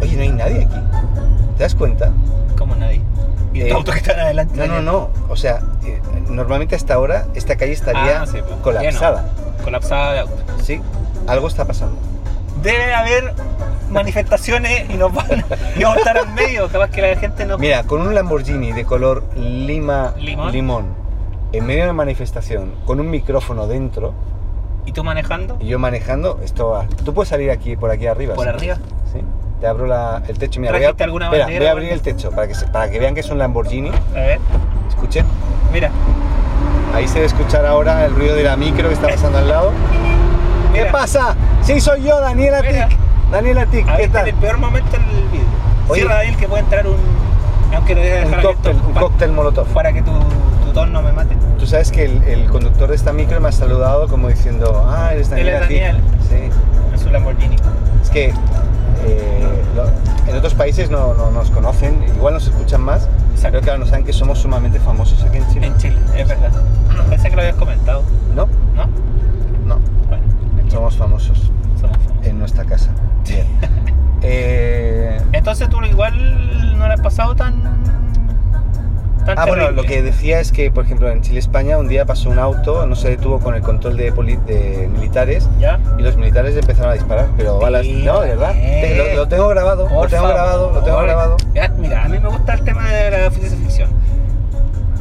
[SPEAKER 1] Oye, no hay nadie aquí. ¿Te das cuenta?
[SPEAKER 2] Como nadie. Y
[SPEAKER 1] Eh,
[SPEAKER 2] los autos que están adelante.
[SPEAKER 1] No, no, no. O sea, eh, normalmente hasta ahora esta calle estaría
[SPEAKER 2] Ah, sí, pues,
[SPEAKER 1] colapsada.
[SPEAKER 2] Colapsada de autos.
[SPEAKER 1] Sí. Algo está pasando.
[SPEAKER 2] Debe haber manifestaciones y nos van y vamos a estar en medio. Capaz que la gente no.
[SPEAKER 1] Mira, con un Lamborghini de color lima
[SPEAKER 2] Limón.
[SPEAKER 1] en medio de una manifestación, con un micrófono dentro
[SPEAKER 2] ¿Y tú manejando?
[SPEAKER 1] y yo manejando, esto va. Tú puedes salir aquí por aquí arriba.
[SPEAKER 2] ¿Por
[SPEAKER 1] sí.
[SPEAKER 2] arriba?
[SPEAKER 1] Sí. Te abro la- el techo. Mira, voy a,
[SPEAKER 2] ¿Trajiste alguna
[SPEAKER 1] espera,
[SPEAKER 2] bandera
[SPEAKER 1] voy a
[SPEAKER 2] o
[SPEAKER 1] abrir el
[SPEAKER 2] algo?
[SPEAKER 1] techo para que, se- para que vean que es un Lamborghini.
[SPEAKER 2] A ver,
[SPEAKER 1] Escuchen.
[SPEAKER 2] mira.
[SPEAKER 1] Ahí se debe escuchar ahora el ruido de la micro que está pasando al lado. ¿Qué
[SPEAKER 2] Mira.
[SPEAKER 1] pasa? Sí, soy yo, Daniela
[SPEAKER 2] Mira.
[SPEAKER 1] Tic. Daniela Tic,
[SPEAKER 2] Ahí
[SPEAKER 1] ¿qué
[SPEAKER 2] está
[SPEAKER 1] tal?
[SPEAKER 2] Este el peor momento del vídeo.
[SPEAKER 1] Oye.
[SPEAKER 2] Cierra Daniel que puede entrar un. Aunque lo dejes
[SPEAKER 1] Un
[SPEAKER 2] dejar
[SPEAKER 1] cóctel,
[SPEAKER 2] abierto
[SPEAKER 1] un
[SPEAKER 2] pa-
[SPEAKER 1] cóctel molotov.
[SPEAKER 2] para que tu, tu ton no me mate.
[SPEAKER 1] Tú sabes que el, el conductor de esta micro me ha saludado como diciendo, ah, eres
[SPEAKER 2] Él es
[SPEAKER 1] Daniela Tic.
[SPEAKER 2] Daniel.
[SPEAKER 1] Sí.
[SPEAKER 2] En su Lamborghini.
[SPEAKER 1] Es que eh, lo- en otros países no, no nos conocen, igual nos escuchan más,
[SPEAKER 2] Exacto.
[SPEAKER 1] pero claro, no saben que somos sumamente famosos aquí en Chile.
[SPEAKER 2] En Chile, es verdad. Pensé que lo habías comentado,
[SPEAKER 1] No,
[SPEAKER 2] ¿no?
[SPEAKER 1] no,
[SPEAKER 2] Bueno,
[SPEAKER 1] somos famosos
[SPEAKER 2] somos famosos.
[SPEAKER 1] en nuestra casa. Bien. Eh,
[SPEAKER 2] Entonces tú igual no lo has pasado tan. tan
[SPEAKER 1] Ah, bueno,
[SPEAKER 2] terrible.
[SPEAKER 1] lo que decía es que, por ejemplo, en Chile, España, un día pasó un auto, no se detuvo con el control de, poli- de militares
[SPEAKER 2] ¿Ya?
[SPEAKER 1] y los militares empezaron a disparar, pero balas. No, de verdad. Te- lo, lo tengo grabado, lo
[SPEAKER 2] Por
[SPEAKER 1] tengo
[SPEAKER 2] favor.
[SPEAKER 1] grabado, lo tengo grabado.
[SPEAKER 2] Ya, mira, a mí me gusta el tema de la ciencia ficción.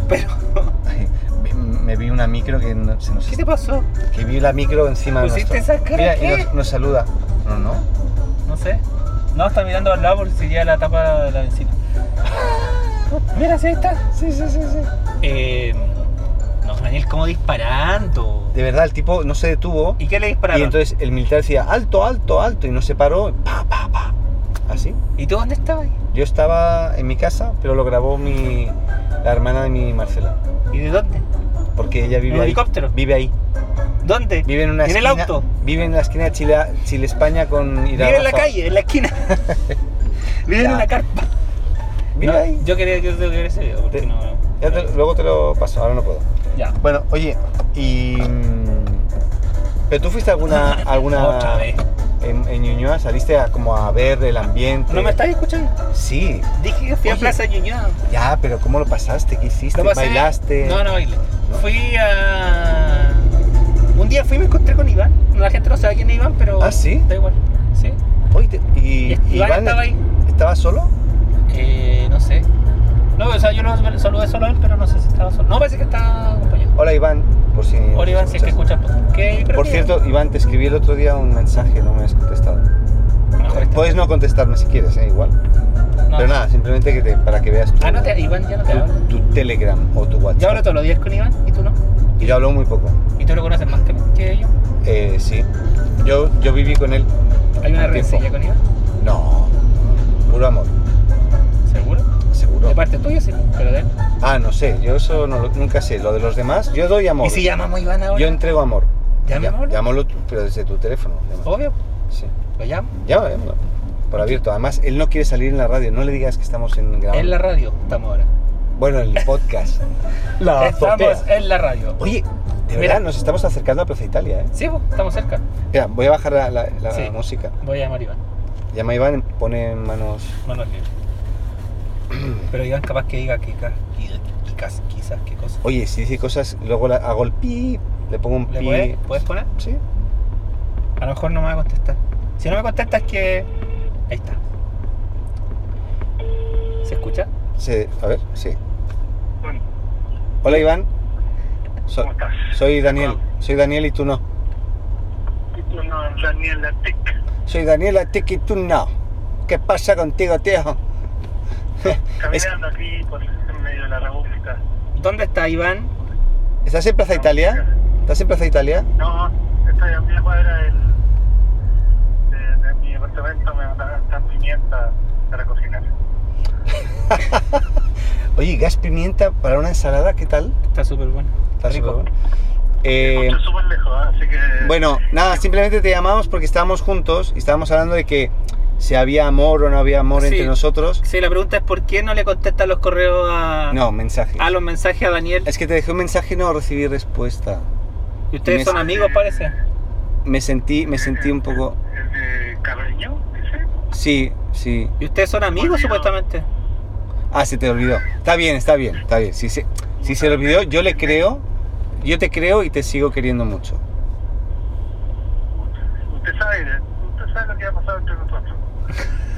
[SPEAKER 2] Pero,
[SPEAKER 1] Ay, vi- me vi una micro que no- se nos.
[SPEAKER 2] ¿qué te pasó?
[SPEAKER 1] Que vi la micro encima de
[SPEAKER 2] ¿Pusiste
[SPEAKER 1] nuestro.
[SPEAKER 2] esa cara
[SPEAKER 1] Mira,
[SPEAKER 2] qué?
[SPEAKER 1] y nos, nos saluda. No, no.
[SPEAKER 2] No sé. No, está mirando al lado porque se lleva la tapa de la vecina. Mira, sí, ahí está.
[SPEAKER 3] Sí, sí, sí, sí.
[SPEAKER 2] Eh, no, Daniel, como disparando.
[SPEAKER 1] De verdad, el tipo no se detuvo
[SPEAKER 2] ¿Y qué le dispararon?
[SPEAKER 1] y entonces el militar decía alto, alto, alto y no se paró. Pa, pa, pa. Así.
[SPEAKER 2] ¿Y tú dónde estabas?
[SPEAKER 1] Yo estaba en mi casa, pero lo grabó mi, la hermana de mi Marcela.
[SPEAKER 2] ¿Y de dónde?
[SPEAKER 1] Porque ella vive
[SPEAKER 2] ¿En
[SPEAKER 1] ahí.
[SPEAKER 2] helicóptero?
[SPEAKER 1] Vive ahí.
[SPEAKER 2] ¿Dónde?
[SPEAKER 1] Vive en una
[SPEAKER 2] ¿En el
[SPEAKER 1] esquina.
[SPEAKER 2] auto?
[SPEAKER 1] Vive en la esquina de Chile, Chile España con Irarrázaval.
[SPEAKER 2] Vive en la calle, en la esquina. Vive en
[SPEAKER 1] Ya.
[SPEAKER 2] una carpa.
[SPEAKER 1] Vive
[SPEAKER 2] No,
[SPEAKER 1] ahí.
[SPEAKER 2] Yo quería que yo ver ese video porque
[SPEAKER 1] Te-
[SPEAKER 2] no.
[SPEAKER 1] Ya te- luego te lo paso, ahora no puedo.
[SPEAKER 2] Ya.
[SPEAKER 1] Bueno, oye, y. mm, ¿Pero tú fuiste a alguna. a alguna
[SPEAKER 2] Otra vez.
[SPEAKER 1] En, en Ñuñoa saliste a, como a ver el ambiente.
[SPEAKER 2] ¿No me estás escuchando?
[SPEAKER 1] Sí,
[SPEAKER 2] Dije que fui a
[SPEAKER 1] Oye.
[SPEAKER 2] Plaza Ñuñoa.
[SPEAKER 1] ya, pero ¿cómo lo pasaste? ¿Qué hiciste?
[SPEAKER 2] Lo pasé-
[SPEAKER 1] ¿Bailaste?
[SPEAKER 2] No, no bailé.
[SPEAKER 1] ¿No?
[SPEAKER 2] Fui a. Un día fui y me encontré con Iván. La gente no sabe quién es Iván, pero.
[SPEAKER 1] ¿Ah, sí?
[SPEAKER 2] Da igual. Sí.
[SPEAKER 1] Oye, te- y,
[SPEAKER 2] Iván estaba ahí.
[SPEAKER 1] ¿Estaba solo?
[SPEAKER 2] Eh, no sé. No, o sea, yo lo saludé solo a él, pero no sé si estaba solo. No, parece que estaba acompañado.
[SPEAKER 1] Hola Iván, por si.
[SPEAKER 2] Hola Iván, si es que
[SPEAKER 1] escuchas.
[SPEAKER 2] escuchas. pues, ¿qué? Pero
[SPEAKER 1] Por
[SPEAKER 2] qué-
[SPEAKER 1] cierto, Iván, te escribí el otro día un mensaje, no me has contestado.
[SPEAKER 2] Mejor está-
[SPEAKER 1] Puedes no contestarme si quieres, eh, igual.
[SPEAKER 2] no.
[SPEAKER 1] Pero nada, simplemente que te- para que veas tu,
[SPEAKER 2] Ah, no te, Iván ya no te habla.
[SPEAKER 1] tu- tu Telegram o tu WhatsApp.
[SPEAKER 2] Yo hablo todos los días con Iván y tú no.
[SPEAKER 1] Yo hablo muy poco.
[SPEAKER 2] Y tú lo conoces más que, que yo.
[SPEAKER 1] Eh, sí. Yo, yo viví con él.
[SPEAKER 2] Hay una
[SPEAKER 1] un tiempo.
[SPEAKER 2] rencilla con Iván.
[SPEAKER 1] No. Puro amor,
[SPEAKER 2] ¿Seguro?
[SPEAKER 1] seguro.
[SPEAKER 2] De parte tuya sí, pero de él.
[SPEAKER 1] Ah, no sé, yo eso no lo- nunca sé. Lo de los demás, yo doy amor.
[SPEAKER 2] ¿Y si llamamos a Iván ahora?
[SPEAKER 1] Yo entrego amor.
[SPEAKER 2] ¿Llamemos ahora? Oh.
[SPEAKER 1] Llámalo tú, pero desde tu teléfono. llama.
[SPEAKER 2] Obvio,
[SPEAKER 1] Sí.
[SPEAKER 2] lo llamo.
[SPEAKER 1] Llámalo, llámalo. por abierto. Además, él no quiere salir en la radio. No le digas que estamos en grabando.
[SPEAKER 2] En la radio estamos ahora.
[SPEAKER 1] Bueno, en el podcast. la
[SPEAKER 2] Estamos
[SPEAKER 1] azotea.
[SPEAKER 2] en la radio.
[SPEAKER 1] Oye, de
[SPEAKER 2] Mira.
[SPEAKER 1] verdad, nos estamos acercando a Plaza Italia, ¿eh?
[SPEAKER 2] Sí, po, estamos cerca.
[SPEAKER 1] Espera, voy a bajar la, la- la
[SPEAKER 2] Sí.
[SPEAKER 1] música.
[SPEAKER 2] Voy a llamar a Iván.
[SPEAKER 1] Llama a Iván, pone en manos...
[SPEAKER 2] Manuel Libre. Pero Iván capaz que diga que ca- que- que cas- quizás qué cosa.
[SPEAKER 1] Oye, si dice cosas, luego la- hago el pi, le pongo un
[SPEAKER 2] ¿Le
[SPEAKER 1] pi.
[SPEAKER 2] puedes, puedes poner?
[SPEAKER 1] Sí.
[SPEAKER 2] A lo mejor no me va a contestar. Si no me contestas que. Ahí está. ¿Se escucha?
[SPEAKER 1] Sí, a ver, sí.
[SPEAKER 4] Bueno,
[SPEAKER 1] Hola, Iván. So-
[SPEAKER 4] ¿Cómo estás?
[SPEAKER 1] soy Daniel. Soy Daniel y tú no.
[SPEAKER 4] tú no, Daniel Latic.
[SPEAKER 1] Soy Daniela Tiki, tú no. ¿Qué pasa contigo, tío? Es-
[SPEAKER 4] Caminando aquí por en medio de la república.
[SPEAKER 2] ¿Dónde está Iván?
[SPEAKER 1] ¿Estás en Plaza Italia? ¿Estás en Plaza Italia?
[SPEAKER 4] No, estoy a media cuadra del, de, de mi departamento, me mandan pimienta para cocinar.
[SPEAKER 1] Oye, gas pimienta para una ensalada, ¿qué tal?
[SPEAKER 2] Está súper bueno.
[SPEAKER 1] Está
[SPEAKER 2] Rico.
[SPEAKER 1] súper bueno. Eh,
[SPEAKER 4] Mucho súper lejos, ¿ah? así que...
[SPEAKER 1] bueno, nada, simplemente te llamamos porque estábamos juntos y estábamos hablando de que si había amor o no había amor
[SPEAKER 2] Sí.
[SPEAKER 1] entre nosotros.
[SPEAKER 2] Sí, la pregunta es por qué no le contestas los correos a,
[SPEAKER 1] No, mensaje.
[SPEAKER 2] a los mensajes a Daniel.
[SPEAKER 1] Es que te dejé un mensaje y no recibí respuesta.
[SPEAKER 2] Y ustedes
[SPEAKER 1] me-
[SPEAKER 2] son amigos, parece.
[SPEAKER 1] Me sentí, me sentí un poco.
[SPEAKER 4] ¿Es eh, de Carreño, dice?
[SPEAKER 1] Sí, sí.
[SPEAKER 2] Y ustedes son amigos,
[SPEAKER 4] Bueno.
[SPEAKER 2] supuestamente.
[SPEAKER 1] Ah, se te olvidó. Está bien, está bien, está bien. Si se, si se le olvidó, yo le creo, yo te creo y te sigo queriendo mucho.
[SPEAKER 4] Usted sabe, usted sabe lo que ha pasado entre nosotros.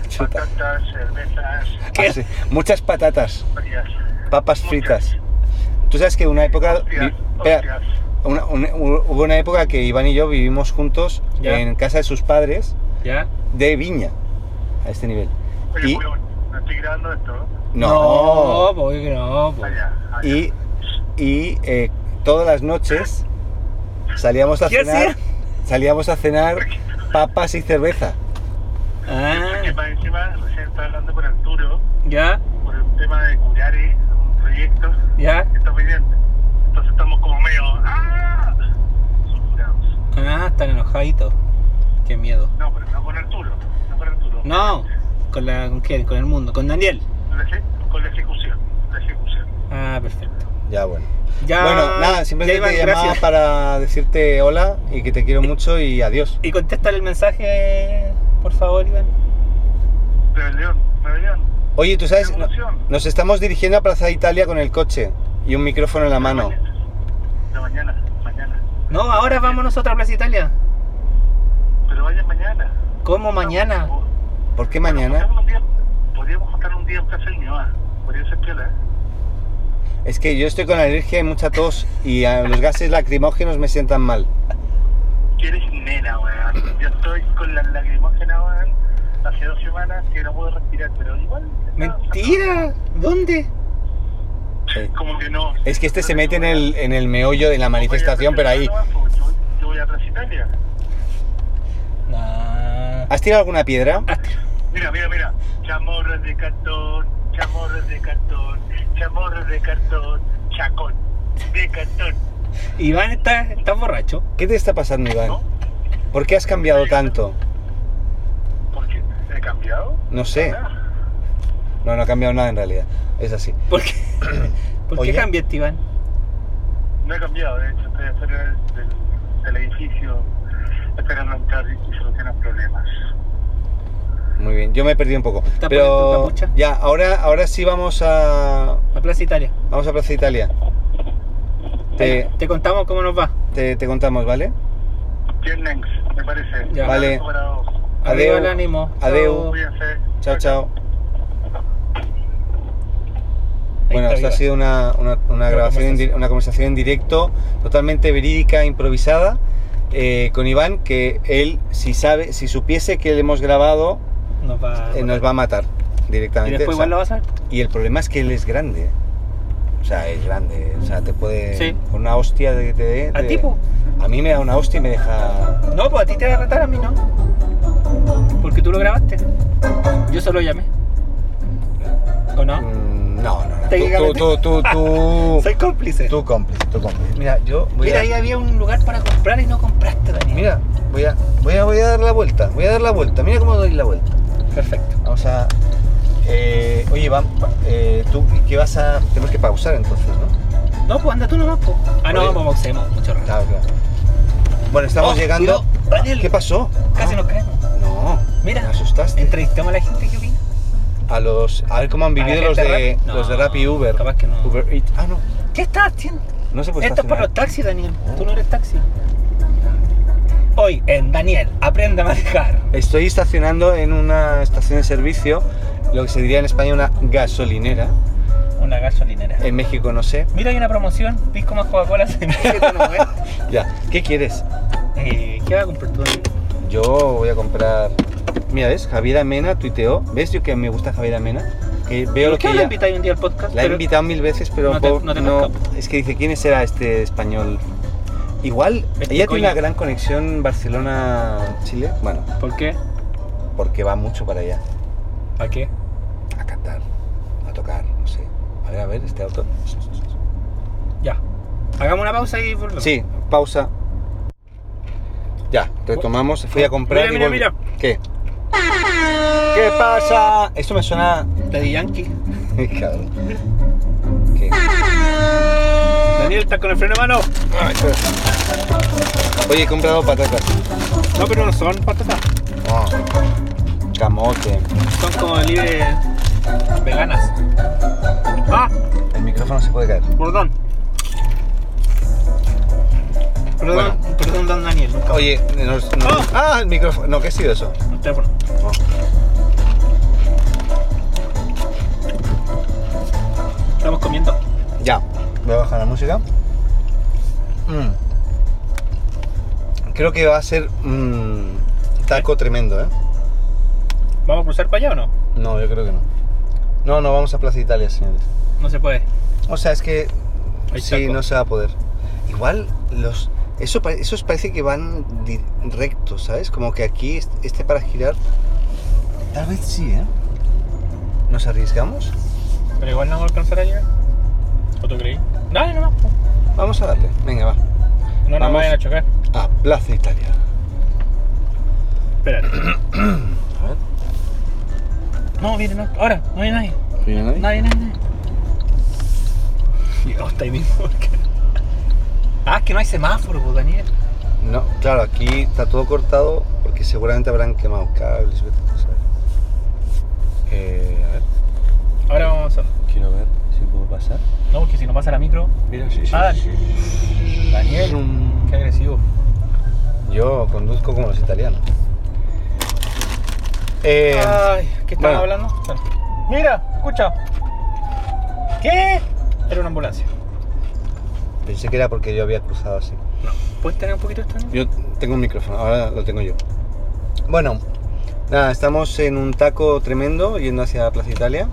[SPEAKER 1] Chuta.
[SPEAKER 4] Patatas, cervezas,
[SPEAKER 1] Ah, sí. Muchas patatas,
[SPEAKER 4] frías.
[SPEAKER 1] papas fritas. Tú sabes que una época. vi-
[SPEAKER 4] Hostias,
[SPEAKER 1] espera,
[SPEAKER 4] hostias.
[SPEAKER 1] una- una- hu- hubo una época que Iván y yo vivimos juntos
[SPEAKER 2] Ya.
[SPEAKER 1] en casa de sus padres
[SPEAKER 2] ¿Ya?
[SPEAKER 1] de viña, a este nivel.
[SPEAKER 4] Oye,
[SPEAKER 1] Y-
[SPEAKER 4] huevón, no estoy grabando esto.
[SPEAKER 1] No.
[SPEAKER 2] No, pues que no, po.
[SPEAKER 4] Allá, allá.
[SPEAKER 1] Y, y eh, todas las noches salíamos a
[SPEAKER 2] ¿Qué
[SPEAKER 1] cenar.
[SPEAKER 2] hacía?
[SPEAKER 1] Salíamos a cenar papas y cerveza.
[SPEAKER 2] Ah,
[SPEAKER 4] Que para encima recién está hablando con Arturo
[SPEAKER 2] ya,
[SPEAKER 4] por el tema de Curiare, un proyecto
[SPEAKER 2] ya.
[SPEAKER 4] que está pendiente. Entonces estamos como medio. ¡Ah! Sulfurados.
[SPEAKER 2] Ah, están enojaditos. Qué miedo.
[SPEAKER 4] No, pero no con Arturo. No con Arturo.
[SPEAKER 2] No, con la con quién, con el mundo, con Daniel.
[SPEAKER 4] La eje- con la ejecución. La ejecución.
[SPEAKER 2] Ah, perfecto.
[SPEAKER 1] Ya bueno.
[SPEAKER 2] Ya.
[SPEAKER 1] bueno, nada,
[SPEAKER 2] ya,
[SPEAKER 1] simplemente
[SPEAKER 2] Iván,
[SPEAKER 1] te llamaba
[SPEAKER 2] gracias.
[SPEAKER 1] para decirte hola y que te quiero mucho y adiós.
[SPEAKER 2] Y contesta el mensaje, por favor, Iván.
[SPEAKER 4] Rebelión, rebelión.
[SPEAKER 1] Oye, tú sabes, no-
[SPEAKER 4] Revolución.
[SPEAKER 1] nos estamos dirigiendo a Plaza Italia con el coche y un micrófono en la
[SPEAKER 2] Ah,
[SPEAKER 1] mano.
[SPEAKER 4] De mañana, mañana.
[SPEAKER 2] No, ahora vámonos a otra Plaza Italia.
[SPEAKER 4] Pero vayan mañana.
[SPEAKER 2] ¿Cómo mañana?
[SPEAKER 4] O-
[SPEAKER 1] ¿Por qué mañana?
[SPEAKER 4] podríamos un día- Podríamos juntar un día en Plaza Ñuá. Podría ser piola, ¿eh?
[SPEAKER 1] Es que yo estoy con alergia y mucha tos y ah, los gases lacrimógenos me sientan mal.
[SPEAKER 4] Que eres nena, weón. Yo estoy con la lacrimógena, weón. Hace dos semanas que no puedo respirar, pero igual.
[SPEAKER 2] Mentira. ¿Dónde?
[SPEAKER 1] Eh,
[SPEAKER 4] Como que no.
[SPEAKER 1] Es que este se mete en el, en el meollo de la manifestación, pero ahí...
[SPEAKER 4] Yo, yo voy a Plaza Italia.
[SPEAKER 2] Nah.
[SPEAKER 1] ¿Has tirado alguna piedra?
[SPEAKER 4] Mira, mira, mira. Chamorros de cartón, chamorros de cartón, chamorros de cartón, chacón de cartón.
[SPEAKER 2] Iván está, está borracho.
[SPEAKER 1] ¿Qué te está pasando, Iván? ¿Por qué has cambiado tanto?
[SPEAKER 4] ¿Por qué? ¿He cambiado?
[SPEAKER 1] No sé.
[SPEAKER 4] Ah,
[SPEAKER 1] No, no ha cambiado nada en realidad. Es así.
[SPEAKER 2] ¿Por qué, ¿Por qué
[SPEAKER 1] Oye.
[SPEAKER 2] cambiaste, Iván?
[SPEAKER 4] No he cambiado, de hecho, estoy afuera del, del edificio esperando entrar y solucionar problemas.
[SPEAKER 1] Muy bien, yo me he perdido un poco.
[SPEAKER 2] ¿Está
[SPEAKER 1] Pero
[SPEAKER 2] poniendo tu capucha?
[SPEAKER 1] ya, ahora, ahora sí vamos a
[SPEAKER 2] A Plaza Italia.
[SPEAKER 1] vamos a Plaza Italia. Te,
[SPEAKER 2] Te contamos cómo nos va.
[SPEAKER 1] te- te contamos, ¿vale?
[SPEAKER 4] Viernes, me parece.
[SPEAKER 2] Ya.
[SPEAKER 1] Vale. Adeu.
[SPEAKER 2] Arriba el ánimo.
[SPEAKER 1] Adeu.
[SPEAKER 4] Cuídense.
[SPEAKER 1] Chao, chao.
[SPEAKER 2] Ahí
[SPEAKER 1] Bueno,
[SPEAKER 2] está
[SPEAKER 1] esto ha
[SPEAKER 2] Iván.
[SPEAKER 1] sido una, una- una grabación, en di-
[SPEAKER 2] conversación.
[SPEAKER 1] una conversación en directo, totalmente verídica, improvisada, eh, con Iván, que él, si sabe, si supiese que le hemos grabado,
[SPEAKER 2] Nos va.
[SPEAKER 1] eh, nos va a matar
[SPEAKER 2] y
[SPEAKER 1] directamente.
[SPEAKER 2] después
[SPEAKER 1] o sea,
[SPEAKER 2] igual lo vas a ver.
[SPEAKER 1] Y el problema es que él es grande. O sea, es grande. O sea, te puede.
[SPEAKER 2] Sí.
[SPEAKER 1] Con una hostia de. de-
[SPEAKER 2] ¿A
[SPEAKER 1] de-
[SPEAKER 2] ti, po?
[SPEAKER 1] A mí me da una hostia y me deja.
[SPEAKER 2] No, pues a ti te va a retar, a mí no. Porque tú lo grabaste. Yo solo llamé. ¿O no?
[SPEAKER 1] Mm, No, no, no. Tú,
[SPEAKER 2] Técnicamente-
[SPEAKER 1] tú, tú, tú. tú...
[SPEAKER 2] Soy cómplice.
[SPEAKER 1] Mm. Tú cómplice, tú cómplice. Mira, yo voy
[SPEAKER 2] Mira,
[SPEAKER 1] a.
[SPEAKER 2] ahí había un lugar para comprar y no compraste, Daniel.
[SPEAKER 1] Mira, voy a, voy, a, voy a dar la vuelta. Voy a dar la vuelta. Mira cómo doy la vuelta.
[SPEAKER 2] Perfecto.
[SPEAKER 1] Vamos a. eh, oye, Iván, pa- eh, tú qué vas a. Tenemos que pausar entonces, ¿no?
[SPEAKER 2] No, pues anda tú nomás, pues. Ah, no,
[SPEAKER 1] Oye.
[SPEAKER 2] vamos, boxeemos, mucho rato.
[SPEAKER 1] Claro, claro. Bueno, estamos
[SPEAKER 2] Oh,
[SPEAKER 1] llegando.
[SPEAKER 2] cuidado, Daniel.
[SPEAKER 1] ¿Qué Ah, pasó?
[SPEAKER 2] Casi
[SPEAKER 1] Ah,
[SPEAKER 2] nos caemos.
[SPEAKER 1] No.
[SPEAKER 2] Mira.
[SPEAKER 1] Me asustaste.
[SPEAKER 2] Entrevistemos a la gente, ¿qué opina?
[SPEAKER 1] A los. A ver cómo han
[SPEAKER 2] ¿A la
[SPEAKER 1] vivido los
[SPEAKER 2] gente
[SPEAKER 1] de.
[SPEAKER 2] rap? No,
[SPEAKER 1] los de Rappi y Uber.
[SPEAKER 2] capaz que no.
[SPEAKER 1] Uber Eats. Ah, no.
[SPEAKER 2] ¿Qué estás haciendo?
[SPEAKER 1] No se puede
[SPEAKER 2] Esto es para los
[SPEAKER 1] estacionar.
[SPEAKER 2] taxis, Daniel. Tú no eres taxi. Hoy en Daniel, aprende a manejar.
[SPEAKER 1] Estoy estacionando en una estación de servicio, lo que se diría en España una gasolinera.
[SPEAKER 2] Una gasolinera.
[SPEAKER 1] En México no sé.
[SPEAKER 2] Mira, hay una promoción. Pisco más Coca-Cola. se me quita, ¿no, güey?
[SPEAKER 1] Ya. ¿Qué quieres?
[SPEAKER 2] Eh, ¿Qué vas a comprar tú, Daniel?
[SPEAKER 1] Yo voy a comprar. Mira, ¿ves? Javier Amena tuiteó. ¿Ves yo que me gusta Javier Amena? Que veo lo
[SPEAKER 2] ¿Por
[SPEAKER 1] que
[SPEAKER 2] qué no la
[SPEAKER 1] ella...
[SPEAKER 2] invitáis un día al podcast?
[SPEAKER 1] La he
[SPEAKER 2] Pero-
[SPEAKER 1] invitado mil veces, pero
[SPEAKER 2] No te-
[SPEAKER 1] po-
[SPEAKER 2] no te pesca.
[SPEAKER 1] Es que dice, ¿quién será este español? Igual,
[SPEAKER 2] Este
[SPEAKER 1] ella
[SPEAKER 2] coño.
[SPEAKER 1] tiene una gran conexión Barcelona-Chile. Bueno,
[SPEAKER 2] ¿Por qué?
[SPEAKER 1] porque va mucho para allá.
[SPEAKER 2] ¿Para qué?
[SPEAKER 1] A cantar, a tocar, no sé. A ver, a ver, este auto.
[SPEAKER 2] Ya. Hagamos una pausa y volvemos.
[SPEAKER 1] Sí, pausa. Ya, retomamos. Fui a comprar.
[SPEAKER 2] Mira,
[SPEAKER 1] y
[SPEAKER 2] mira,
[SPEAKER 1] volví. ¿Qué? ¿Qué pasa? Esto me suena.
[SPEAKER 2] Daddy Yankee.
[SPEAKER 1] Cabrón. ¿Qué?
[SPEAKER 2] Daniel, ¿estás con el freno de mano?
[SPEAKER 1] Ay, espera. Oye, he comprado patatas.
[SPEAKER 2] No, pero no son patatas.
[SPEAKER 1] Ah, Camote.
[SPEAKER 2] Son como libre veganas. Ah,
[SPEAKER 1] El micrófono se puede caer.
[SPEAKER 2] perdón. Perdón, perdón, don Daniel. Nunca
[SPEAKER 1] Oye, nos- nos-
[SPEAKER 2] ¡Oh!
[SPEAKER 1] Ah, el micrófono. No, ¿qué ha sido eso?
[SPEAKER 2] El teléfono.
[SPEAKER 1] Oh.
[SPEAKER 2] Estamos comiendo.
[SPEAKER 1] Ya. Voy a bajar la música. Mm. Creo que va a ser un taco tremendo, ¿eh?
[SPEAKER 2] ¿Vamos a cruzar para allá o no?
[SPEAKER 1] No, yo creo que no. No, no, vamos a Plaza Italia, señores.
[SPEAKER 2] No se puede.
[SPEAKER 1] O sea, es que
[SPEAKER 2] Hay
[SPEAKER 1] sí,
[SPEAKER 2] taco.
[SPEAKER 1] no se va a poder. Igual los eso pa- esos parece que van di- rectos, ¿sabes? Como que aquí est- este para girar tal vez sí, ¿eh? ¿Nos arriesgamos?
[SPEAKER 2] Pero igual no vamos a alcanzar a llegar. ¿O tú creí? Dale nomás. po.
[SPEAKER 1] Vamos a darle. Venga, va.
[SPEAKER 2] No nos
[SPEAKER 1] Vamos.
[SPEAKER 2] vayan a chocar.
[SPEAKER 1] A Plaza Italia.
[SPEAKER 2] Espérate.
[SPEAKER 1] A ver.
[SPEAKER 2] No, viene, no. Ahora, no hay nadie.
[SPEAKER 1] ¿Viene ahí?
[SPEAKER 2] Nadie, nadie, nadie. Llegamos hasta ahí mismo. porque- Ah, es que no hay semáforo, po, Daniel.
[SPEAKER 1] No, claro, aquí está todo cortado porque seguramente habrán quemado cables, vete tú a saber. Eh, a ver,
[SPEAKER 2] Ahora vamos a.
[SPEAKER 1] quiero ver si puedo pasar.
[SPEAKER 2] No, porque si no pasa la micro.
[SPEAKER 1] Mira, sí,
[SPEAKER 2] Ah, Daniel, qué agresivo.
[SPEAKER 1] Yo conduzco como los italianos. Eh,
[SPEAKER 2] Ay, ¿qué estaban
[SPEAKER 1] bueno.
[SPEAKER 2] hablando? Bueno. Mira, escucha. ¿Qué? Era una ambulancia.
[SPEAKER 1] pensé que era porque yo había cruzado así.
[SPEAKER 2] ¿Puedes tener un poquito esto? no?
[SPEAKER 1] Yo tengo un micrófono, ahora lo tengo yo. Bueno, nada, estamos en un taco tremendo yendo hacia Plaza Italia.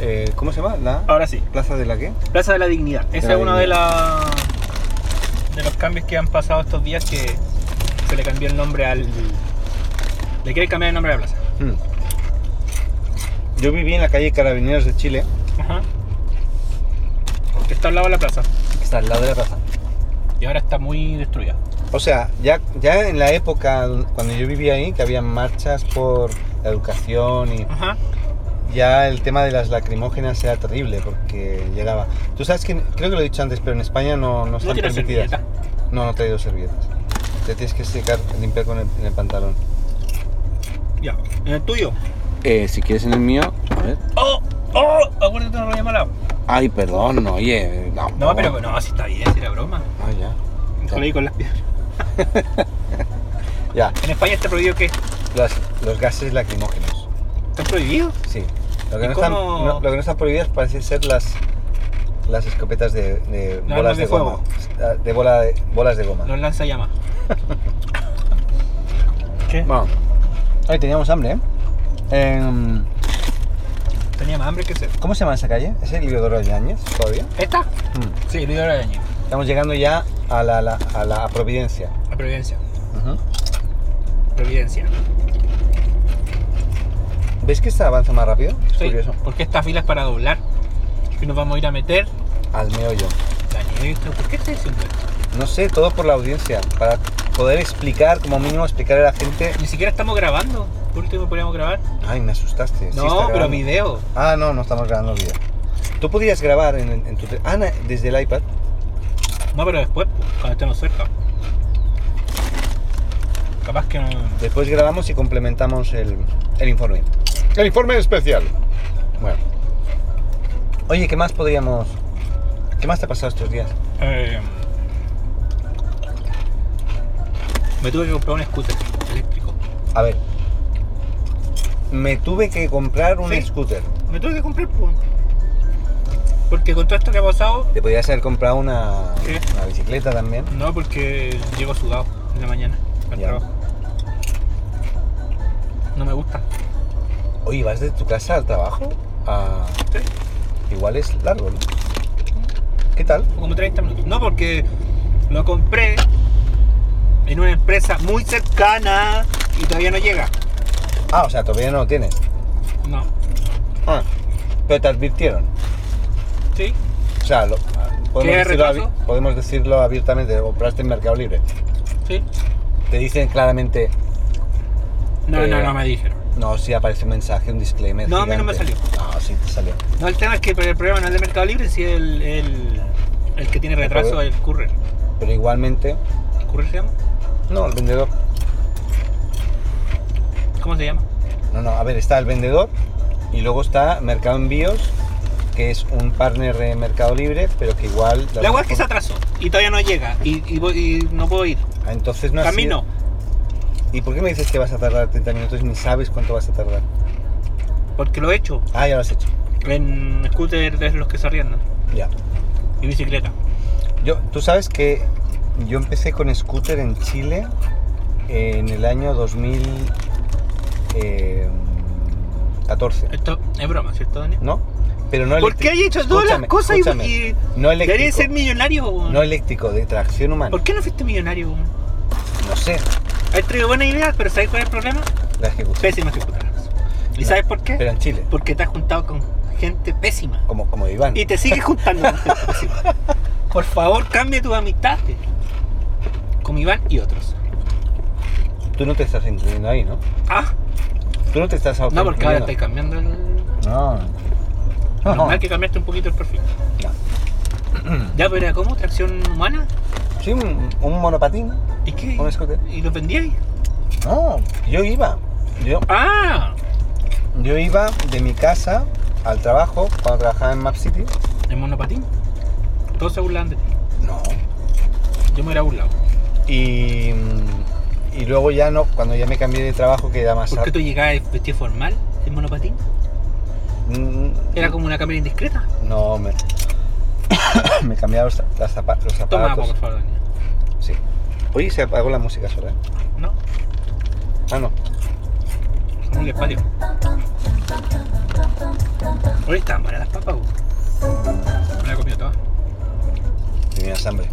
[SPEAKER 1] Eh, ¿Cómo se llama? ¿La
[SPEAKER 2] Ahora sí,
[SPEAKER 1] plaza de la qué?
[SPEAKER 2] Plaza de la Dignidad. Ese
[SPEAKER 1] la
[SPEAKER 2] es uno de,
[SPEAKER 1] Dignidad.
[SPEAKER 2] la, de los cambios que han pasado estos días que se le cambió el nombre al... Le quieren cambiar el nombre a la plaza.
[SPEAKER 1] Hmm. Yo viví en la calle Carabineros de Chile,
[SPEAKER 2] Ajá. Que está al lado de la plaza.
[SPEAKER 1] que está al lado de la plaza.
[SPEAKER 2] Y ahora está muy destruida.
[SPEAKER 1] O sea, ya, ya en la época cuando yo vivía ahí, que había marchas por la educación y
[SPEAKER 2] Ajá.
[SPEAKER 1] ya el tema de las lacrimógenas era terrible porque llegaba. Tú sabes que, creo que lo he dicho antes, pero en España no, no
[SPEAKER 2] No
[SPEAKER 1] están
[SPEAKER 2] tiene
[SPEAKER 1] permitidas.
[SPEAKER 2] servilleta.
[SPEAKER 1] No, no he traído servilletas. Te tienes que secar, limpiar con el, en el pantalón.
[SPEAKER 2] Ya. ¿En el tuyo?
[SPEAKER 1] Eh, si quieres en el mío, a ver.
[SPEAKER 2] ¡Oh! ¡Oh! Acuérdate de no lo llamaba.
[SPEAKER 1] Ay, perdón, oye.
[SPEAKER 2] No, pero no, si está bien, si era broma.
[SPEAKER 1] Ah, ya.
[SPEAKER 2] Con ahí con las piedras.
[SPEAKER 1] Ya,
[SPEAKER 2] En España está prohibido que
[SPEAKER 1] las- los gases lacrimógenos.
[SPEAKER 2] está prohibido.
[SPEAKER 1] Sí. Lo que,
[SPEAKER 2] ¿Y
[SPEAKER 1] no están,
[SPEAKER 2] cómo-
[SPEAKER 1] no- lo que no están prohibidas parece ser las las escopetas de, de bolas
[SPEAKER 2] Las armas
[SPEAKER 1] de,
[SPEAKER 2] de
[SPEAKER 1] goma.
[SPEAKER 2] fuego.
[SPEAKER 1] Ah, De, bola de bolas de goma.
[SPEAKER 2] Los lanzallamas. ¿Qué?
[SPEAKER 1] Bueno. Ay, teníamos hambre, ¿eh? Em,
[SPEAKER 2] Tenía más hambre que sed.
[SPEAKER 1] ¿Cómo se llama esa calle? ¿Es el Liodoro Yáñez todavía?
[SPEAKER 2] ¿Esta?
[SPEAKER 1] Mm.
[SPEAKER 2] Sí, Luis de Año.
[SPEAKER 1] Estamos llegando ya a la, la- a la a Providencia.
[SPEAKER 2] A Providencia.
[SPEAKER 1] Ujú.
[SPEAKER 2] Providencia.
[SPEAKER 1] ¿Ves que esta avanza más rápido? Es
[SPEAKER 2] Sí,
[SPEAKER 1] curioso.
[SPEAKER 2] porque esta fila es para doblar. Y nos vamos a ir a meter.
[SPEAKER 1] Al meollo.
[SPEAKER 2] Daniel, ¿esto ¿por qué estás diciendo esto?
[SPEAKER 1] No sé, todo por la audiencia. Para poder explicar, como mínimo explicar a la gente.
[SPEAKER 2] Ni siquiera estamos grabando. Por último podríamos grabar.
[SPEAKER 1] Ay, me asustaste. Sí está
[SPEAKER 2] No, pero
[SPEAKER 1] grabando.
[SPEAKER 2] video.
[SPEAKER 1] Ah, no, no estamos grabando el video. Tú podías grabar en, en tu... te- Ah, na- desde el iPad.
[SPEAKER 2] No, pero después, pues, cuando estemos cerca. Capaz que mm, no.
[SPEAKER 1] Después grabamos y complementamos el, el informe. El informe especial. Bueno. Oye, ¿qué más podríamos... ¿Qué más te ha pasado estos días?
[SPEAKER 2] Eh, me tuve que comprar un scooter eléctrico.
[SPEAKER 1] A ver. Me tuve que comprar un
[SPEAKER 2] Sí.
[SPEAKER 1] scooter.
[SPEAKER 2] Me tuve que comprar, pues. Porque con todo esto que ha pasado,
[SPEAKER 1] Te podías haber comprado una,
[SPEAKER 2] Sí.
[SPEAKER 1] una bicicleta también.
[SPEAKER 2] no, porque llego sudado en la mañana al
[SPEAKER 1] Ya.
[SPEAKER 2] trabajo. No me gusta.
[SPEAKER 1] Oye, ¿vas de tu casa al trabajo? Ah,
[SPEAKER 2] Sí.
[SPEAKER 1] igual es largo, ¿no? ¿Qué tal?
[SPEAKER 2] como 30 minutos. No, porque lo compré en una empresa muy cercana y todavía no llega.
[SPEAKER 1] Ah, o sea, todavía no lo tienes.
[SPEAKER 2] No.
[SPEAKER 1] Ah, pero te advirtieron.
[SPEAKER 2] ¿Sí?
[SPEAKER 1] O sea, lo- podemos, decirlo,
[SPEAKER 2] retraso?
[SPEAKER 1] abi- podemos decirlo abiertamente, lo compraste en Mercado Libre.
[SPEAKER 2] ¿Sí?
[SPEAKER 1] Te dicen claramente,
[SPEAKER 2] No,
[SPEAKER 1] Eh,
[SPEAKER 2] no, no me dijeron.
[SPEAKER 1] no, si aparece un mensaje, un disclaimer.
[SPEAKER 2] No, a mí no me
[SPEAKER 1] gigante. No, sí, te salió.
[SPEAKER 2] No, el tema es que el problema no es de Mercado Libre, si el, el, el que tiene retraso es el courier.
[SPEAKER 1] Pero igualmente,
[SPEAKER 2] ¿El courier se llama?
[SPEAKER 1] no, el vendedor.
[SPEAKER 2] ¿Cómo se llama?
[SPEAKER 1] No, no, a ver, está el vendedor y luego está Mercado Envíos, que es un partner de Mercado Libre, pero que igual... de
[SPEAKER 2] La
[SPEAKER 1] alguna
[SPEAKER 2] weá es que se
[SPEAKER 1] forma-
[SPEAKER 2] atrasó y todavía no llega y, y voy- y no puedo ir.
[SPEAKER 1] Ah, Entonces no ha
[SPEAKER 2] Camino.
[SPEAKER 1] sido- ¿Y por qué me dices que vas a tardar 30 minutos y ni sabes cuánto vas a tardar?
[SPEAKER 2] Porque lo he hecho
[SPEAKER 1] Ah, ya lo has hecho.
[SPEAKER 2] en scooter de los que se arriendan
[SPEAKER 1] Ya.
[SPEAKER 2] y bicicleta.
[SPEAKER 1] Yo, tú sabes que yo empecé con scooter en Chile en el año eh, 2014,
[SPEAKER 2] Esto es broma, ¿cierto, Daniel?
[SPEAKER 1] ¿no? Pero no
[SPEAKER 2] ¿Por
[SPEAKER 1] eléctrico.
[SPEAKER 2] qué hay hecho todas las
[SPEAKER 1] Escúchame,
[SPEAKER 2] cosas y-
[SPEAKER 1] escúchame.
[SPEAKER 2] y,
[SPEAKER 1] no
[SPEAKER 2] debería ser
[SPEAKER 1] eléctrico?
[SPEAKER 2] millonario? weón?
[SPEAKER 1] No eléctrico, de tracción humana.
[SPEAKER 2] ¿Por qué no fuiste millonario? weón?
[SPEAKER 1] No sé,
[SPEAKER 2] Has traído buenas ideas, pero ¿sabes cuál es el problema?
[SPEAKER 1] la ejecución.
[SPEAKER 2] Pésimas ejecutadas. ¿Y
[SPEAKER 1] No,
[SPEAKER 2] sabes por qué?
[SPEAKER 1] Pero Oh, en Chile,
[SPEAKER 2] Porque te has juntado con gente pésima.
[SPEAKER 1] como, como Iván.
[SPEAKER 2] Y te sigues juntando con gente pésima. Por favor, cambia tus amistades. Con Iván y otros.
[SPEAKER 1] Tú no te estás incluyendo ahí, ¿no?
[SPEAKER 2] Ah,
[SPEAKER 1] Tú no te estás
[SPEAKER 2] no, porque ahora estoy
[SPEAKER 1] autoincluyendo.
[SPEAKER 2] cambiando el.
[SPEAKER 1] No.
[SPEAKER 2] Normal que cambiaste un poquito el perfil.
[SPEAKER 1] Ya.
[SPEAKER 2] Ya, pero era ¿cómo? ¿Tracción humana?
[SPEAKER 1] Sí, un, un monopatín.
[SPEAKER 2] ¿Y qué?
[SPEAKER 1] Un scooter.
[SPEAKER 2] ¿Y los vendíais?
[SPEAKER 1] No, yo iba. Yo
[SPEAKER 2] Ah,
[SPEAKER 1] Yo iba de mi casa al trabajo cuando trabajaba en Map City.
[SPEAKER 2] en monopatín. Todos se burlaban de ti.
[SPEAKER 1] No.
[SPEAKER 2] Yo me hubiera burlado.
[SPEAKER 1] Y, mm, y luego ya no, cuando ya me cambié de trabajo que era más...
[SPEAKER 2] ¿Por qué
[SPEAKER 1] ar-
[SPEAKER 2] tú llegabas vestido formal en monopatín?
[SPEAKER 1] Mm,
[SPEAKER 2] Era como una cámara indiscreta.
[SPEAKER 1] No, me, me cambiaba los, las zapa- los
[SPEAKER 2] Toma agua,
[SPEAKER 1] zapatos.
[SPEAKER 2] por favor, Daniel.
[SPEAKER 1] sí. Oye, se apagó la música sola. ¿eh?
[SPEAKER 2] No,
[SPEAKER 1] Ah, no.
[SPEAKER 2] en el patio. Hoy están buenas las papas, weón. Me la he comido toda.
[SPEAKER 1] Tenías hambre.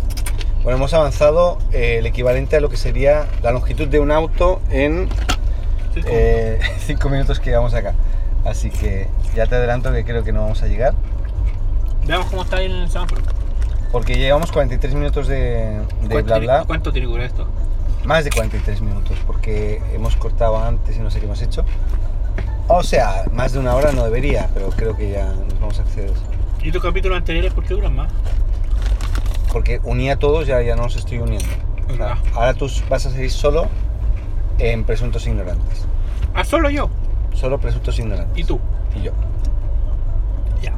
[SPEAKER 1] Bueno, hemos avanzado eh, el equivalente a lo que sería la longitud de un auto en
[SPEAKER 2] Sí, como-
[SPEAKER 1] eh, cinco minutos que llevamos acá. Así que ya te adelanto que creo que no vamos a llegar.
[SPEAKER 2] Veamos cómo está ahí en el semáforo.
[SPEAKER 1] Porque llevamos 43 minutos de, de
[SPEAKER 2] ¿Cuánto
[SPEAKER 1] bla
[SPEAKER 2] tiene-
[SPEAKER 1] bla,
[SPEAKER 2] ¿Cuánto tiene que durar esto?
[SPEAKER 1] más de 43 minutos, porque hemos cortado antes y no sé qué hemos hecho. O sea, más de una hora no debería, pero creo que ya nos vamos a acceder.
[SPEAKER 2] ¿Y tus capítulos anteriores por qué duran más?
[SPEAKER 1] Porque uní a todos, ya, ya no los estoy uniendo. O sea,
[SPEAKER 2] Ah.
[SPEAKER 1] ahora tú vas a seguir solo en Presuntos Ignorantes.
[SPEAKER 2] Ah, solo yo.
[SPEAKER 1] Solo Presuntos Ignorantes.
[SPEAKER 2] ¿Y tú?
[SPEAKER 1] Y yo.
[SPEAKER 2] Ya.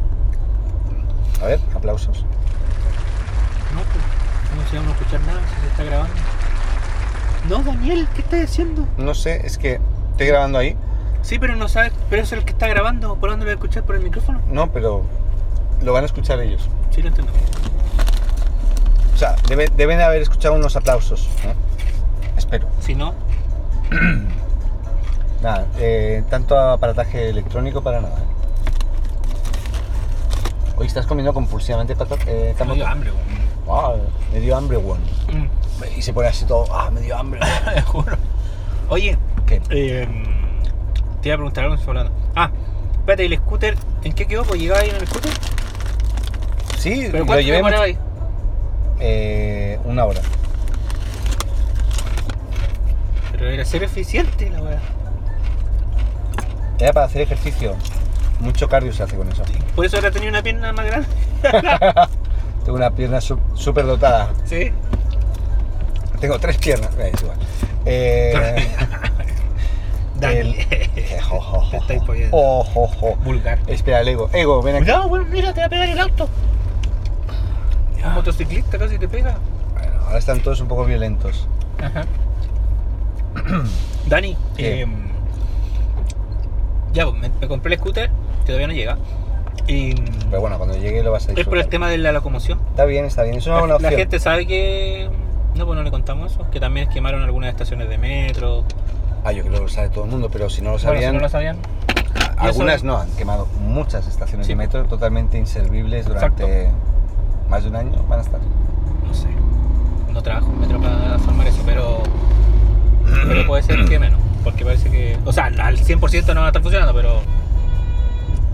[SPEAKER 1] A ver, aplausos.
[SPEAKER 2] No, pues. No se vamos a escuchar nada si se está grabando. No, Daniel, ¿qué estás haciendo?
[SPEAKER 1] No sé, es que estoy grabando ahí.
[SPEAKER 2] Sí, pero no sabes. Pero es el que está grabando. ¿Por dónde lo voy a escuchar? ¿Por el micrófono?
[SPEAKER 1] No, pero lo van a escuchar ellos.
[SPEAKER 2] Sí, lo entiendo.
[SPEAKER 1] O sea, debe- deben haber escuchado unos aplausos. ¿no? Espero.
[SPEAKER 2] Si no,
[SPEAKER 1] Nada, eh, tanto aparataje electrónico para nada. ¿eh? Hoy estás comiendo compulsivamente patata. Eh,
[SPEAKER 2] me dio
[SPEAKER 1] tampoco.
[SPEAKER 2] hambre, weón.
[SPEAKER 1] Ah, me dio hambre, weón. Y se pone así todo, ah, me dio hambre. weón".
[SPEAKER 2] Mm. Te juro. Oye,
[SPEAKER 1] ¿Qué?
[SPEAKER 2] eh, te iba a preguntar algo que estoy hablando. Ah, espérate, ¿y el scooter? ¿En qué quedó? ¿Pues llegaba ahí en el scooter?
[SPEAKER 1] Sí,
[SPEAKER 2] ¿Pero
[SPEAKER 1] lo
[SPEAKER 2] cuánto
[SPEAKER 1] llevé
[SPEAKER 2] demoraba ahí?
[SPEAKER 1] eh, una hora.
[SPEAKER 2] Pero era ser eficiente la weá.
[SPEAKER 1] Era para hacer ejercicio. Mucho cardio se hace con eso.
[SPEAKER 2] Por eso ahora tenía una pierna más grande.
[SPEAKER 1] Tengo una pierna súper dotada.
[SPEAKER 2] Sí.
[SPEAKER 1] Tengo tres piernas. Eh, Es igual. Eh,
[SPEAKER 2] Dani.
[SPEAKER 1] el- jo, jo, jo,
[SPEAKER 2] Te estáis
[SPEAKER 1] jo.
[SPEAKER 2] poniendo.
[SPEAKER 1] Oh, jo, jo.
[SPEAKER 2] Eh, Vulgar.
[SPEAKER 1] Espera, el ego. Ego, ven aquí.
[SPEAKER 2] Cuidado, bueno, mira, te va a pegar el auto. Un motociclista casi te pega.
[SPEAKER 1] Bueno, ahora están todos un poco violentos.
[SPEAKER 2] Ajá. Dani,
[SPEAKER 1] ¿Qué?
[SPEAKER 2] eh, ya pues, me, me compré el scooter, que todavía no llega. Y,
[SPEAKER 1] Pero bueno, cuando llegue lo vas a
[SPEAKER 2] es por el
[SPEAKER 1] disfrutar.
[SPEAKER 2] tema de la locomoción.
[SPEAKER 1] Está bien, está bien. Es una
[SPEAKER 2] Pues, este-
[SPEAKER 1] buena
[SPEAKER 2] La- la,
[SPEAKER 1] opción.
[SPEAKER 2] gente sabe que. No, pues no le contamos eso. Que también quemaron algunas estaciones de metro.
[SPEAKER 1] Ah, yo creo que lo sabe todo el mundo, pero si no lo
[SPEAKER 2] Bueno, si
[SPEAKER 1] sabían,
[SPEAKER 2] no lo sabían. yo
[SPEAKER 1] algunas
[SPEAKER 2] soy-
[SPEAKER 1] no, han quemado muchas estaciones
[SPEAKER 2] Sí.
[SPEAKER 1] de metro totalmente inservibles durante más de un año. Van a estar.
[SPEAKER 2] No sé. No trabajo en metro para formar eso, pero. Pero puede ser que menos. Porque parece que. O sea, al 100% no va a estar funcionando, pero.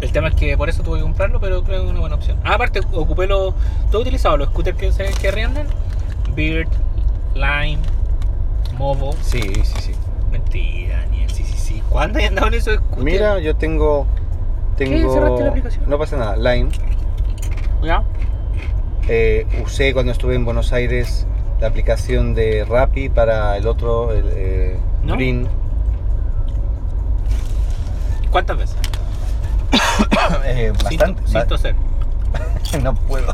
[SPEAKER 2] El tema es que por eso tuve que comprarlo, pero creo que es una buena opción. Ah, aparte, ocupé los. Todo utilizado, los scooters que, se- que arriendan: Beard, Lime, Movo.
[SPEAKER 1] Sí, sí, sí.
[SPEAKER 2] Mentira, Daniel, sí, sí, sí. ¿Cuándo hay andado en esos scooters?
[SPEAKER 1] Mira, yo tengo. tengo
[SPEAKER 2] ¿Cerraste la aplicación?
[SPEAKER 1] No pasa nada. Lime.
[SPEAKER 2] Ya.
[SPEAKER 1] Eh, usé cuando estuve en Buenos Aires la aplicación de Rappi para el otro, el eh,
[SPEAKER 2] ¿No?
[SPEAKER 1] Green.
[SPEAKER 2] ¿Cuántas veces?
[SPEAKER 1] Eh,
[SPEAKER 2] Sin-
[SPEAKER 1] bastante.
[SPEAKER 2] Sin,
[SPEAKER 1] ba-
[SPEAKER 2] toser.
[SPEAKER 1] no puedo.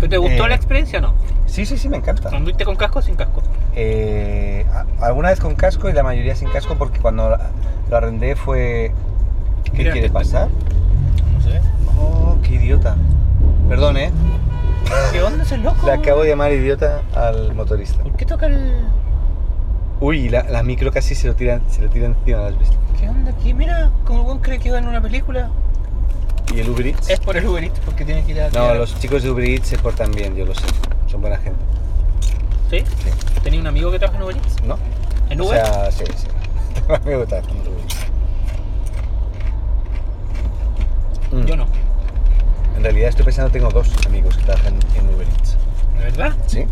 [SPEAKER 2] ¿Pero te gustó
[SPEAKER 1] Eh,
[SPEAKER 2] la experiencia o no?
[SPEAKER 1] Sí, sí, sí, me encanta.
[SPEAKER 2] ¿Anduviste con casco o sin casco?
[SPEAKER 1] Eh, a- alguna vez con casco y la mayoría sin casco porque cuando la- lo arrendé fue... ¿Qué
[SPEAKER 2] Mira,
[SPEAKER 1] quiere
[SPEAKER 2] te-
[SPEAKER 1] pasar?
[SPEAKER 2] No sé.
[SPEAKER 1] Oh, qué idiota. Perdón, ¿eh?
[SPEAKER 2] ¿Qué onda ese loco?
[SPEAKER 1] Le acabo de llamar idiota al motorista.
[SPEAKER 2] ¿Por qué toca el.?
[SPEAKER 1] Uy, la, la micro casi se lo tiran, se lo tira encima, ¿lo has visto?
[SPEAKER 2] ¿Qué onda aquí? Mira, como el buen cree que va en una película.
[SPEAKER 1] ¿Y el Uber Eats?
[SPEAKER 2] Es por el Uber Eats, porque tiene que ir a.
[SPEAKER 1] No, los chicos de Uber Eats se portan bien, yo lo sé. Son buena gente.
[SPEAKER 2] ¿Sí? ¿Tenía un amigo que trabaja en Uber Eats?
[SPEAKER 1] ¿No?
[SPEAKER 2] ¿En
[SPEAKER 1] O
[SPEAKER 2] Uber?
[SPEAKER 1] sea, sí, sí. Me gusta con Uber Eats. Mm.
[SPEAKER 2] Yo no.
[SPEAKER 1] En realidad estoy pensando, tengo dos amigos que trabajan en Uber Eats.
[SPEAKER 2] ¿De verdad?
[SPEAKER 1] ¿Sí?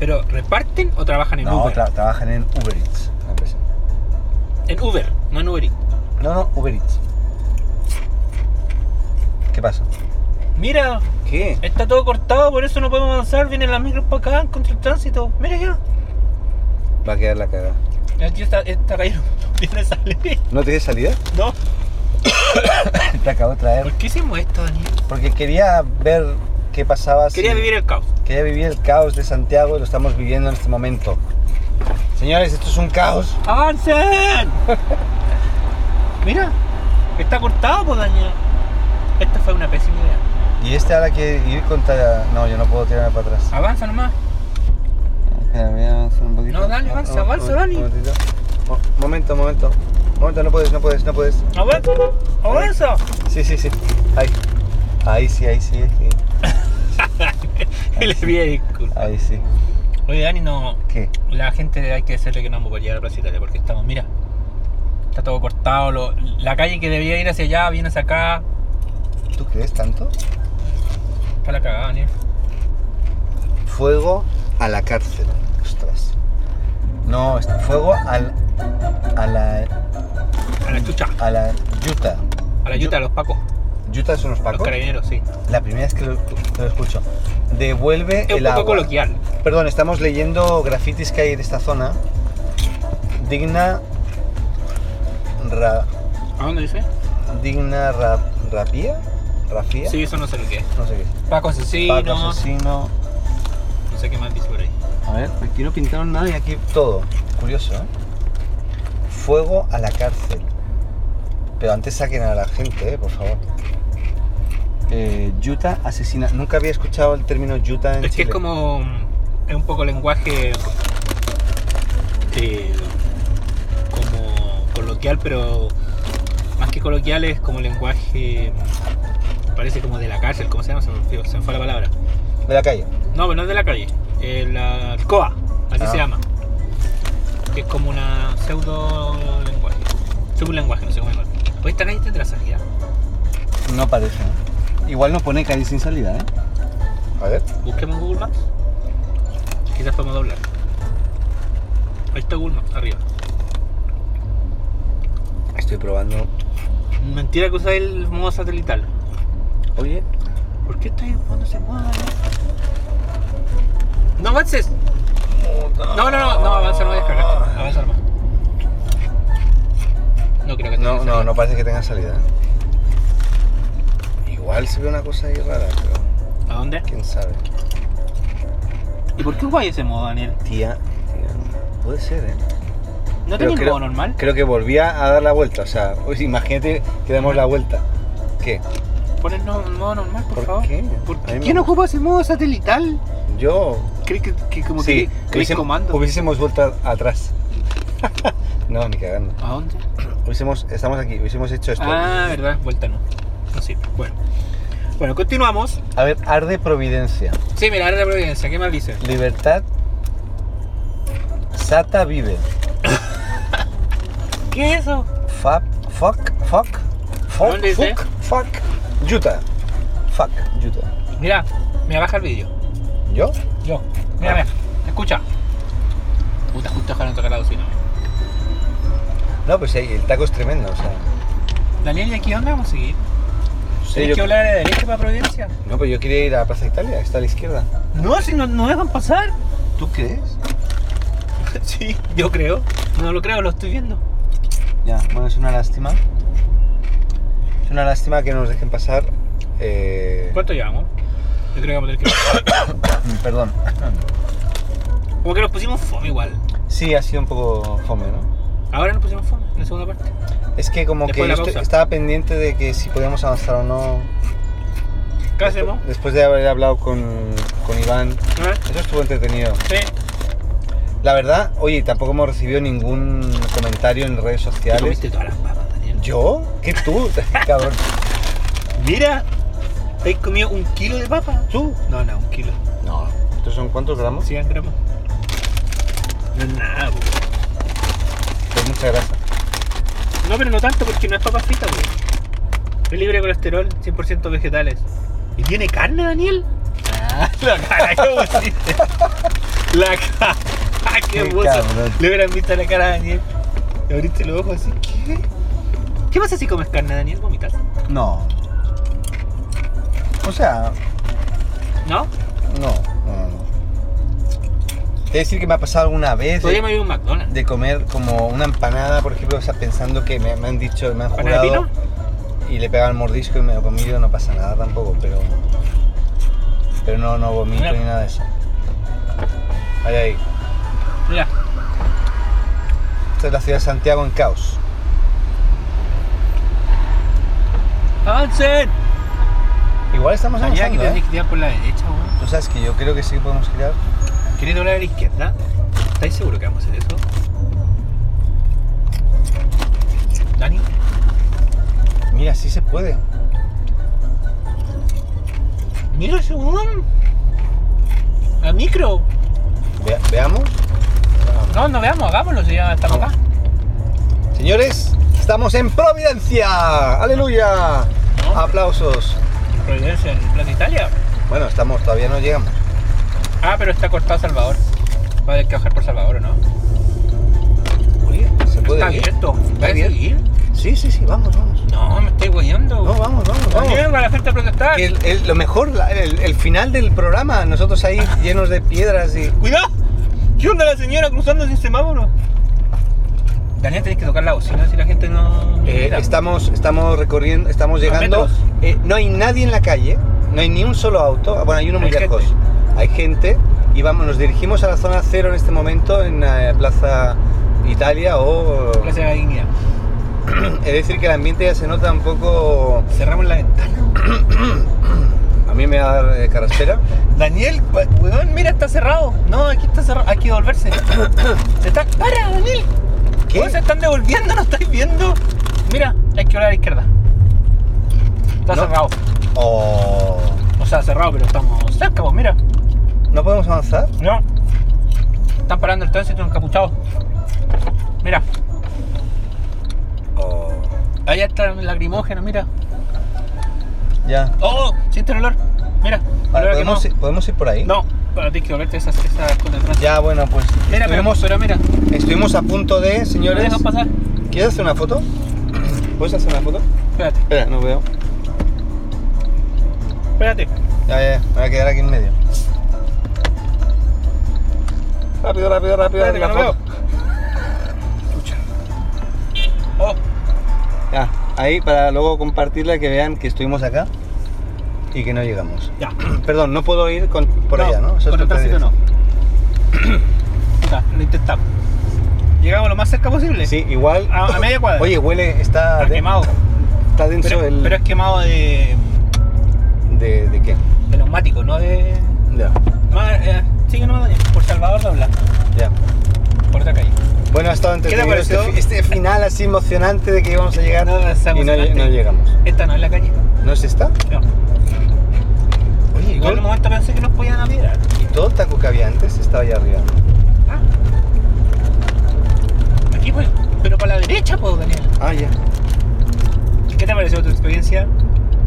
[SPEAKER 2] ¿Pero reparten o trabajan en
[SPEAKER 1] No,
[SPEAKER 2] Uber?
[SPEAKER 1] tra- trabajan en Uber Eats. la empresa.
[SPEAKER 2] En Uber, no en Uber Eats.
[SPEAKER 1] No, no, Uber Eats. ¿Qué pasa?
[SPEAKER 2] Mira,
[SPEAKER 1] ¿Qué?
[SPEAKER 2] está todo cortado, por eso no podemos avanzar. Vienen las micros para acá contra el tránsito. Mira ya.
[SPEAKER 1] Va a quedar la cagada.
[SPEAKER 2] Aquí está, esta calle no tiene salir.
[SPEAKER 1] ¿No tiene salida?
[SPEAKER 2] No.
[SPEAKER 1] Te acabo de traer.
[SPEAKER 2] ¿Por qué hicimos esto, Daniel?
[SPEAKER 1] Porque quería ver qué pasaba. si-
[SPEAKER 2] Quería vivir el caos.
[SPEAKER 1] Quería vivir el caos de Santiago y lo estamos viviendo en este momento. Señores, esto es un caos.
[SPEAKER 2] ¡Avancen! Mira, está cortado, pues Daniel. Esta fue una pésima idea.
[SPEAKER 1] Y este ahora quiere ir contra... No, yo no puedo tirarme para atrás.
[SPEAKER 2] Avanza nomás.
[SPEAKER 1] Espera, voy a avanzar un poquito. Ah,
[SPEAKER 2] No, dale, avanza, avanza,
[SPEAKER 1] un
[SPEAKER 2] dale.
[SPEAKER 1] momentito. Mo- Momento, momento. Momento, no puedes, no puedes, no puedes.
[SPEAKER 2] Avanza, avanza.
[SPEAKER 1] Sí, sí, sí. Ahí. Ahí sí, ahí sí, ahí sí.
[SPEAKER 2] Y le pide disculpas.
[SPEAKER 1] Ahí sí.
[SPEAKER 2] Oye, Dani, no.
[SPEAKER 1] ¿Qué?
[SPEAKER 2] La gente hay que decirle que no vamos por llegar a Plaza Italia porque estamos, mira. Está todo cortado. lo- la calle que debería ir hacia allá viene hacia acá.
[SPEAKER 1] ¿Tú crees tanto?
[SPEAKER 2] Está la cagada, Daniel.
[SPEAKER 1] Fuego a la cárcel. Ostras. No, está fuego al, a la
[SPEAKER 2] A la chucha.
[SPEAKER 1] a la yuta.
[SPEAKER 2] A la yuta, a los pacos.
[SPEAKER 1] ¿Yuta son los
[SPEAKER 2] A los
[SPEAKER 1] pacos?
[SPEAKER 2] carabineros, sí.
[SPEAKER 1] La primera vez que lo, lo escucho. Devuelve
[SPEAKER 2] Es un
[SPEAKER 1] el
[SPEAKER 2] poco
[SPEAKER 1] agua.
[SPEAKER 2] coloquial.
[SPEAKER 1] Perdón, estamos leyendo grafitis que hay en esta zona. Digna ra,
[SPEAKER 2] ¿A dónde dice?
[SPEAKER 1] digna ra, rapía, rafía.
[SPEAKER 2] Sí, eso no sé lo que es.
[SPEAKER 1] No sé qué. es.
[SPEAKER 2] Paco asesino.
[SPEAKER 1] Paco asesino.
[SPEAKER 2] No sé qué más dice por ahí.
[SPEAKER 1] A ver, aquí no pintaron nada y aquí todo. Curioso, ¿eh? Fuego a la cárcel. Pero antes saquen a la gente, ¿eh? por favor. Eh, Utah asesina. Nunca había escuchado el término Utah en
[SPEAKER 2] Es
[SPEAKER 1] Chile.
[SPEAKER 2] que es como. mm, Es un poco lenguaje. eh, como coloquial, pero. Más que coloquial es como lenguaje. mm, Parece como de la cárcel, ¿cómo se llama? Se me, olvidó, se me fue la palabra.
[SPEAKER 1] De la calle.
[SPEAKER 2] No, pero no es de la calle. eh, la COA, así
[SPEAKER 1] Ah.
[SPEAKER 2] se llama. Que es como una pseudo lenguaje. Sublenguaje, no sé cómo llamarlo. Pues esta calle tendrá salida.
[SPEAKER 1] No parece. ¿eh? Igual no pone calle sin salida, ¿eh? A ver.
[SPEAKER 2] Busquemos Google Maps. Quizás podemos doblar. Ahí está Google Maps, arriba.
[SPEAKER 1] Estoy probando.
[SPEAKER 2] Mentira que usáis el modo satelital.
[SPEAKER 1] Oye,
[SPEAKER 2] ¿Por qué estáis cuando se mueve? ¡No avances! No, no, no, no, avanza, no voy a descargar. Avanza nomás. No creo que tenga
[SPEAKER 1] no, no,
[SPEAKER 2] salida.
[SPEAKER 1] no parece que tenga salida. ¿eh? Igual se ve una cosa ahí rara, pero
[SPEAKER 2] ¿A dónde?
[SPEAKER 1] quién sabe.
[SPEAKER 2] ¿Y por qué guay ese modo, Daniel?
[SPEAKER 1] Tía, tía, puede ser, ¿eh? Pero
[SPEAKER 2] ¿No tenía el
[SPEAKER 1] creo-
[SPEAKER 2] modo normal?
[SPEAKER 1] Creo que volvía a dar la vuelta, o sea, pues imagínate que damos la vuelta. ¿Qué?
[SPEAKER 2] Pon el no- modo normal, por,
[SPEAKER 1] ¿Por
[SPEAKER 2] favor.
[SPEAKER 1] qué?
[SPEAKER 2] ¿Por
[SPEAKER 1] A
[SPEAKER 2] qué?
[SPEAKER 1] mí me
[SPEAKER 2] ¿Quién
[SPEAKER 1] gusta.
[SPEAKER 2] ocupa ese modo satelital?
[SPEAKER 1] Yo...
[SPEAKER 2] ¿Crees que, que como
[SPEAKER 1] sí,
[SPEAKER 2] que clic
[SPEAKER 1] hubiésemos,
[SPEAKER 2] comando?
[SPEAKER 1] hubiésemos vuelto a- atrás. no, ni cagando.
[SPEAKER 2] ¿A dónde?
[SPEAKER 1] Hubiésemos, estamos aquí, hubiésemos hecho esto.
[SPEAKER 2] Ah, verdad, vuelta no. No sirve. Bueno. Bueno, continuamos.
[SPEAKER 1] A ver, arde Providencia.
[SPEAKER 2] Sí, mira, ahora la providencia, ¿qué más dice?
[SPEAKER 1] Libertad. Sata vive.
[SPEAKER 2] ¿Qué es eso?
[SPEAKER 1] Fuck, fuck, fuck, fuck,
[SPEAKER 2] ¿Dónde dice?
[SPEAKER 1] fuck, fuck, Utah. Fuck, Utah.
[SPEAKER 2] Mira, mira, baja el vídeo.
[SPEAKER 1] ¿Yo?
[SPEAKER 2] Yo. Mira, mira, escucha. Puta, justo dejaron tocar la bocina.
[SPEAKER 1] No, pues ahí, el taco es tremendo, o sea.
[SPEAKER 2] Daniel, ¿y aquí dónde vamos a seguir?
[SPEAKER 1] Sí,
[SPEAKER 2] ¿Tienes
[SPEAKER 1] yo-
[SPEAKER 2] que hablar de derecha para Providencia?
[SPEAKER 1] No, pero yo quería ir a Plaza Italia, está a la izquierda.
[SPEAKER 2] No, si no, no dejan pasar.
[SPEAKER 1] ¿Tú crees?
[SPEAKER 2] Sí, yo creo. No lo creo, lo estoy viendo.
[SPEAKER 1] Ya, bueno, es una lástima. Es una lástima que no nos dejen pasar. eh,
[SPEAKER 2] ¿Cuánto llevamos? Yo creo que vamos a tener que...
[SPEAKER 1] Perdón.
[SPEAKER 2] Como que nos pusimos fome igual.
[SPEAKER 1] Sí, ha sido un poco fome, ¿no?
[SPEAKER 2] Ahora nos pusimos fome, en la segunda parte.
[SPEAKER 1] Es que como que
[SPEAKER 2] Después de la
[SPEAKER 1] yo estoy-
[SPEAKER 2] pausa.
[SPEAKER 1] estaba pendiente de que si podíamos avanzar o no.
[SPEAKER 2] ¿Qué hacemos?
[SPEAKER 1] Después de haber hablado con, con Iván,
[SPEAKER 2] A ver,
[SPEAKER 1] eso estuvo entretenido.
[SPEAKER 2] Sí.
[SPEAKER 1] La verdad, oye, tampoco hemos recibido ningún comentario en redes
[SPEAKER 2] Te
[SPEAKER 1] sociales.
[SPEAKER 2] comiste todas las papas, Daniel.
[SPEAKER 1] ¿Yo? ¿Qué tú? Cabrón.
[SPEAKER 2] Mira, ¿te has comido un kilo de papa?
[SPEAKER 1] ¿Tú?
[SPEAKER 2] No, no, un kilo.
[SPEAKER 1] No. ¿Estos son cuántos gramos?
[SPEAKER 2] 100 gramos. No es nada, po.
[SPEAKER 1] Pues mucha grasa.
[SPEAKER 2] No, pero no tanto porque no es papa frita, po. Es libre de colesterol, 100% vegetales. ¿Y tiene carne, Daniel? Ah, la cara que pusiste. La cara. Ah, qué
[SPEAKER 1] Qué
[SPEAKER 2] hermosa.
[SPEAKER 1] cabrón.
[SPEAKER 2] Le hubieran visto la cara a Daniel. Le abriste los ojos así. ¿Qué? ¿Qué pasa si comes carne, Daniel? ¿Vomitas?
[SPEAKER 1] No. O sea,
[SPEAKER 2] ¿No?
[SPEAKER 1] no. no, no. Es decir, que me ha pasado alguna vez eh,
[SPEAKER 2] Todavía
[SPEAKER 1] de,
[SPEAKER 2] me voy a un McDonald's.
[SPEAKER 1] de comer como una empanada, por ejemplo, o sea, pensando que me, me han dicho, me han
[SPEAKER 2] ¿Empanada de
[SPEAKER 1] jurado y le pegaba el mordisco y me lo he comido, no pasa nada tampoco, pero. Pero no, no vomito
[SPEAKER 2] Mira.
[SPEAKER 1] ni nada de eso. Ahí, ahí.
[SPEAKER 2] Mira,
[SPEAKER 1] Esta es la ciudad de Santiago en caos.
[SPEAKER 2] avancen.
[SPEAKER 1] Igual estamos
[SPEAKER 2] Allá que
[SPEAKER 1] avanzando,
[SPEAKER 2] te
[SPEAKER 1] ¿eh?
[SPEAKER 2] que tirar por la derecha, weón.
[SPEAKER 1] Tú sabes que yo creo que sí que podemos girar.
[SPEAKER 2] ¿Quieres doblar a la izquierda? ¿Estáis seguro que vamos a hacer eso? ¿Dani?
[SPEAKER 1] Mira, sí se puede.
[SPEAKER 2] ¡Mira ese weón! ¡La micro!
[SPEAKER 1] Ve- veamos.
[SPEAKER 2] No, no veamos, hagámoslo si ya estamos acá.
[SPEAKER 1] Señores, estamos en Providencia. Aleluya. Aplausos.
[SPEAKER 2] En Providencia, en Plaza Italia.
[SPEAKER 1] Bueno, estamos, todavía no llegamos.
[SPEAKER 2] Ah, pero está cortado Salvador. Va a haber que bajar por Salvador, ¿o no?
[SPEAKER 1] Oye, se puede.
[SPEAKER 2] ¿Está
[SPEAKER 1] ir?
[SPEAKER 2] abierto?
[SPEAKER 1] Está
[SPEAKER 2] ¿Va a
[SPEAKER 1] abierto.
[SPEAKER 2] seguir?
[SPEAKER 1] Sí, sí, sí, vamos, vamos.
[SPEAKER 2] No, me estoy guiando.
[SPEAKER 1] No, vamos, vamos, vamos.
[SPEAKER 2] Daniel, va la gente a protestar.
[SPEAKER 1] Que el- el- lo mejor, la- el, el final del programa, nosotros ahí
[SPEAKER 2] Ah.
[SPEAKER 1] llenos de piedras y. eh,
[SPEAKER 2] ¡Cuidado! ¿Qué onda la señora cruzando sin semáforo? Daniel, tenés que tocar la bocina si la gente no...
[SPEAKER 1] Eh,
[SPEAKER 2] Mira.
[SPEAKER 1] estamos, estamos recorriendo, estamos llegando.
[SPEAKER 2] metros.
[SPEAKER 1] Eh, no hay nadie en la calle, no hay ni un solo auto. ah, Bueno, hay uno muy
[SPEAKER 2] Hay gente.
[SPEAKER 1] lejos. Hay gente y vamos, nos dirigimos a la zona cero en este momento en eh, Plaza Italia o.
[SPEAKER 2] Plaza de la Dignidad.
[SPEAKER 1] Es decir, que el ambiente ya se nota un poco.
[SPEAKER 2] Cerramos la ventana.
[SPEAKER 1] A mí me va a dar eh, carraspera.
[SPEAKER 2] Daniel, we- weón, mira, está cerrado. No, aquí está cerrado. Hay que devolverse. se está. ¡Para, Daniel!
[SPEAKER 1] ¿Qué?
[SPEAKER 2] Weón, se están devolviendo, ¿no estáis viendo? Mira, hay que hablar a la izquierda. Está
[SPEAKER 1] No.
[SPEAKER 2] cerrado.
[SPEAKER 1] Oh.
[SPEAKER 2] O sea, cerrado, pero estamos cerca, pues mira.
[SPEAKER 1] ¿No podemos avanzar?
[SPEAKER 2] No. Están parando el tránsito encapuchado. Mira,
[SPEAKER 1] Oh.
[SPEAKER 2] allá está el lacrimógeno, mira.
[SPEAKER 1] Ya.
[SPEAKER 2] ¡Oh! ¿Siente el olor? Mira.
[SPEAKER 1] Vale,
[SPEAKER 2] olor a
[SPEAKER 1] ¿podemos, ir,
[SPEAKER 2] quemado.
[SPEAKER 1] podemos ir por ahí?
[SPEAKER 2] No, para ti que volverte esas, esas con el tránsito.
[SPEAKER 1] Ya, bueno, pues.
[SPEAKER 2] Mira, pero,
[SPEAKER 1] estuvimos,
[SPEAKER 2] pero mira,
[SPEAKER 1] estuvimos a punto de,
[SPEAKER 2] no
[SPEAKER 1] señores.
[SPEAKER 2] dejan pasar.
[SPEAKER 1] ¿Quieres hacer una foto? ¿Puedes hacer una foto?
[SPEAKER 2] Espérate,
[SPEAKER 1] Espera, no veo.
[SPEAKER 2] espérate.
[SPEAKER 1] Ya, ya, ya, me voy a quedar aquí en medio. Rápido, rápido, rápido.
[SPEAKER 2] Espérate, que
[SPEAKER 1] la
[SPEAKER 2] no
[SPEAKER 1] foto.
[SPEAKER 2] Chucha. Oh,
[SPEAKER 1] Ya, ahí para luego compartirla que vean que estuvimos acá y que no llegamos.
[SPEAKER 2] ya.
[SPEAKER 1] Perdón, no puedo ir con- por allá, ¿no? Eso es
[SPEAKER 2] Por el
[SPEAKER 1] otra
[SPEAKER 2] tránsito no.
[SPEAKER 1] dirección.
[SPEAKER 2] Puta, lo intentamos. Llegamos lo más cerca posible.
[SPEAKER 1] Sí, igual.
[SPEAKER 2] A- a media cuadra.
[SPEAKER 1] Oye, huele, está,
[SPEAKER 2] Está
[SPEAKER 1] de-
[SPEAKER 2] quemado.
[SPEAKER 1] está denso
[SPEAKER 2] Pero,
[SPEAKER 1] el.
[SPEAKER 2] pero es quemado de,
[SPEAKER 1] de, ¿De qué?
[SPEAKER 2] de neumático, no de.
[SPEAKER 1] Ya,
[SPEAKER 2] Más, eh, sigue nomás, Daniel. por Salvador Dobla,
[SPEAKER 1] ya.
[SPEAKER 2] por otra calle.
[SPEAKER 1] Bueno, ha estado entretenido este,
[SPEAKER 2] pareció?
[SPEAKER 1] fi- este final así emocionante de que íbamos a llegar
[SPEAKER 2] No, es
[SPEAKER 1] y no,
[SPEAKER 2] emocionante.
[SPEAKER 1] no llegamos.
[SPEAKER 2] Esta no es la calle.
[SPEAKER 1] ¿No es esta?
[SPEAKER 2] No.
[SPEAKER 1] Oye,
[SPEAKER 2] Igual en un
[SPEAKER 1] igual.
[SPEAKER 2] momento pensé que nos podían abrir.
[SPEAKER 1] Y todo el taco que había antes estaba allá arriba.
[SPEAKER 2] Ah. Aquí, pues, pero para la derecha, pues, Daniel.
[SPEAKER 1] Ah, ya.
[SPEAKER 2] ¿Qué te pareció tu experiencia?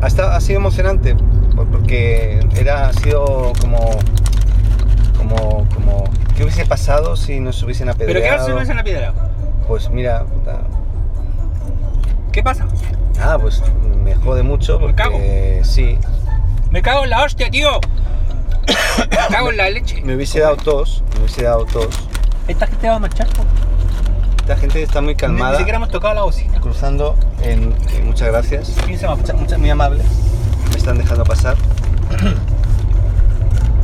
[SPEAKER 1] Ha, estado- ha sido emocionante por- porque era, ha sido como, como, como, ¿qué hubiese pasado si nos hubiesen
[SPEAKER 2] ¿Pero qué
[SPEAKER 1] apedreado?
[SPEAKER 2] pasa en la piedra?
[SPEAKER 1] Pues mira, puta,
[SPEAKER 2] ¿Qué pasa?
[SPEAKER 1] ah, pues me jode mucho
[SPEAKER 2] Me
[SPEAKER 1] porque
[SPEAKER 2] cago.
[SPEAKER 1] sí,
[SPEAKER 2] Me cago en la hostia, tío. Me cago en la leche.
[SPEAKER 1] me hubiese dado tos, me hubiese dado tos.
[SPEAKER 2] Esta gente va a marchar, po.
[SPEAKER 1] Esta gente está muy
[SPEAKER 2] Ni, ni
[SPEAKER 1] calmada,
[SPEAKER 2] siquiera hemos tocado la bocina.
[SPEAKER 1] cruzando en, eh, muchas gracias,
[SPEAKER 2] Piensa más.
[SPEAKER 1] Mucha- mucha- muy amable, me están dejando pasar.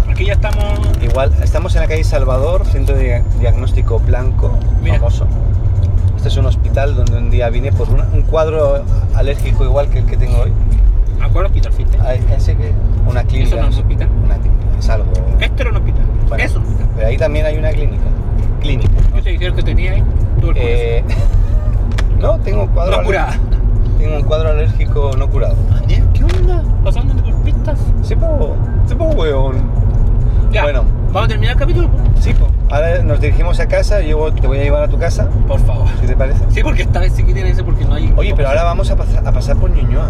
[SPEAKER 2] Aquí ya estamos.
[SPEAKER 1] Igual, estamos en la calle Salvador, centro de diagnóstico blanco,
[SPEAKER 2] Mira.
[SPEAKER 1] famoso. Este es un hospital donde un día vine por una- un cuadro alérgico igual que el que tengo hoy.
[SPEAKER 2] ¿A cuál hospital fuiste?
[SPEAKER 1] Ahí- ese que- una
[SPEAKER 2] Eso
[SPEAKER 1] clínica.
[SPEAKER 2] no es un hospital.
[SPEAKER 1] una clínica, es algo.
[SPEAKER 2] Esto era un hospital.
[SPEAKER 1] bueno,
[SPEAKER 2] Eso.
[SPEAKER 1] Pero ahí también hay una clínica. Clínica. ¿no?
[SPEAKER 2] Yo te dijeron que tenía ahí tuberculosis.
[SPEAKER 1] Eh, no, tengo un cuadro.
[SPEAKER 2] No
[SPEAKER 1] alér-
[SPEAKER 2] curada.
[SPEAKER 1] Tengo un cuadro alérgico no curado.
[SPEAKER 2] ¿Qué onda? ¿Pasando de golpistas?
[SPEAKER 1] Sí, po, sí, po, weón.
[SPEAKER 2] Ya.
[SPEAKER 1] Bueno.
[SPEAKER 2] Vamos a terminar el capítulo, po?
[SPEAKER 1] Sí, po. Ahora nos dirigimos a casa, yo te voy a llevar a tu casa,
[SPEAKER 2] por favor.
[SPEAKER 1] ¿qué te parece?
[SPEAKER 2] Sí, porque esta vez sí que tiene ese porque no hay.
[SPEAKER 1] Oye, pero ahora vamos a, pasar- a pasar por Ñuñoa.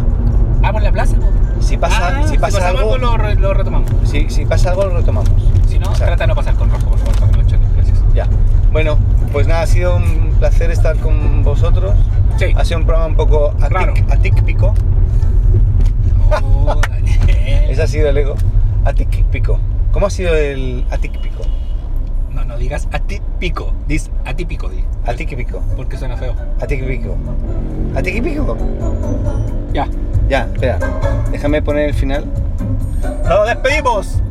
[SPEAKER 2] Ah, por la plaza, po.
[SPEAKER 1] Si pasa,
[SPEAKER 2] Ah,
[SPEAKER 1] si pasa
[SPEAKER 2] pasamos
[SPEAKER 1] algo,
[SPEAKER 2] lo, re- lo retomamos.
[SPEAKER 1] si, si pasa algo lo retomamos.
[SPEAKER 2] Si no,
[SPEAKER 1] Exacto.
[SPEAKER 2] trata de no pasar con rojo, por favor, para que no choquen. Gracias.
[SPEAKER 1] Ya. Bueno, pues nada, ha sido un placer estar con vosotros.
[SPEAKER 2] Sí.
[SPEAKER 1] Ha sido un programa un poco atic-
[SPEAKER 2] Raro.
[SPEAKER 1] atípico.
[SPEAKER 2] Oh, Daniel.
[SPEAKER 1] Ese ha sido el ego. Atípico. ¿Cómo ha sido el atípico?
[SPEAKER 2] No, no digas atípico. Dis atípico, di.
[SPEAKER 1] Atípico.
[SPEAKER 2] Porque suena feo.
[SPEAKER 1] Atípico. Atípico.
[SPEAKER 2] Ya.
[SPEAKER 1] Ya, espera. Déjame poner el final.
[SPEAKER 2] Nos despedimos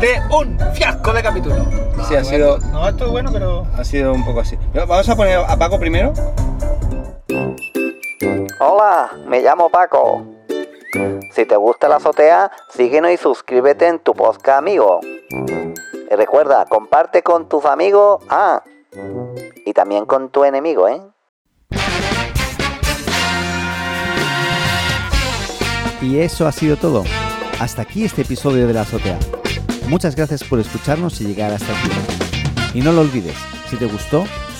[SPEAKER 2] de un fiasco de capítulo. Ah,
[SPEAKER 1] Sí, ha sido-
[SPEAKER 2] No, esto es bueno, pero.
[SPEAKER 1] Ha sido un poco así. Pero Vamos a poner a Paco primero.
[SPEAKER 5] Hola, me llamo Paco. Si te gusta la azotea, síguenos y suscríbete en tu podcast amigo. Y recuerda, comparte con tus amigos, ah, y también con tu enemigo, ¿eh?
[SPEAKER 6] Y eso ha sido todo. Hasta aquí este episodio de La Azotea. Muchas gracias por escucharnos y llegar hasta aquí. Y no lo olvides, si te gustó,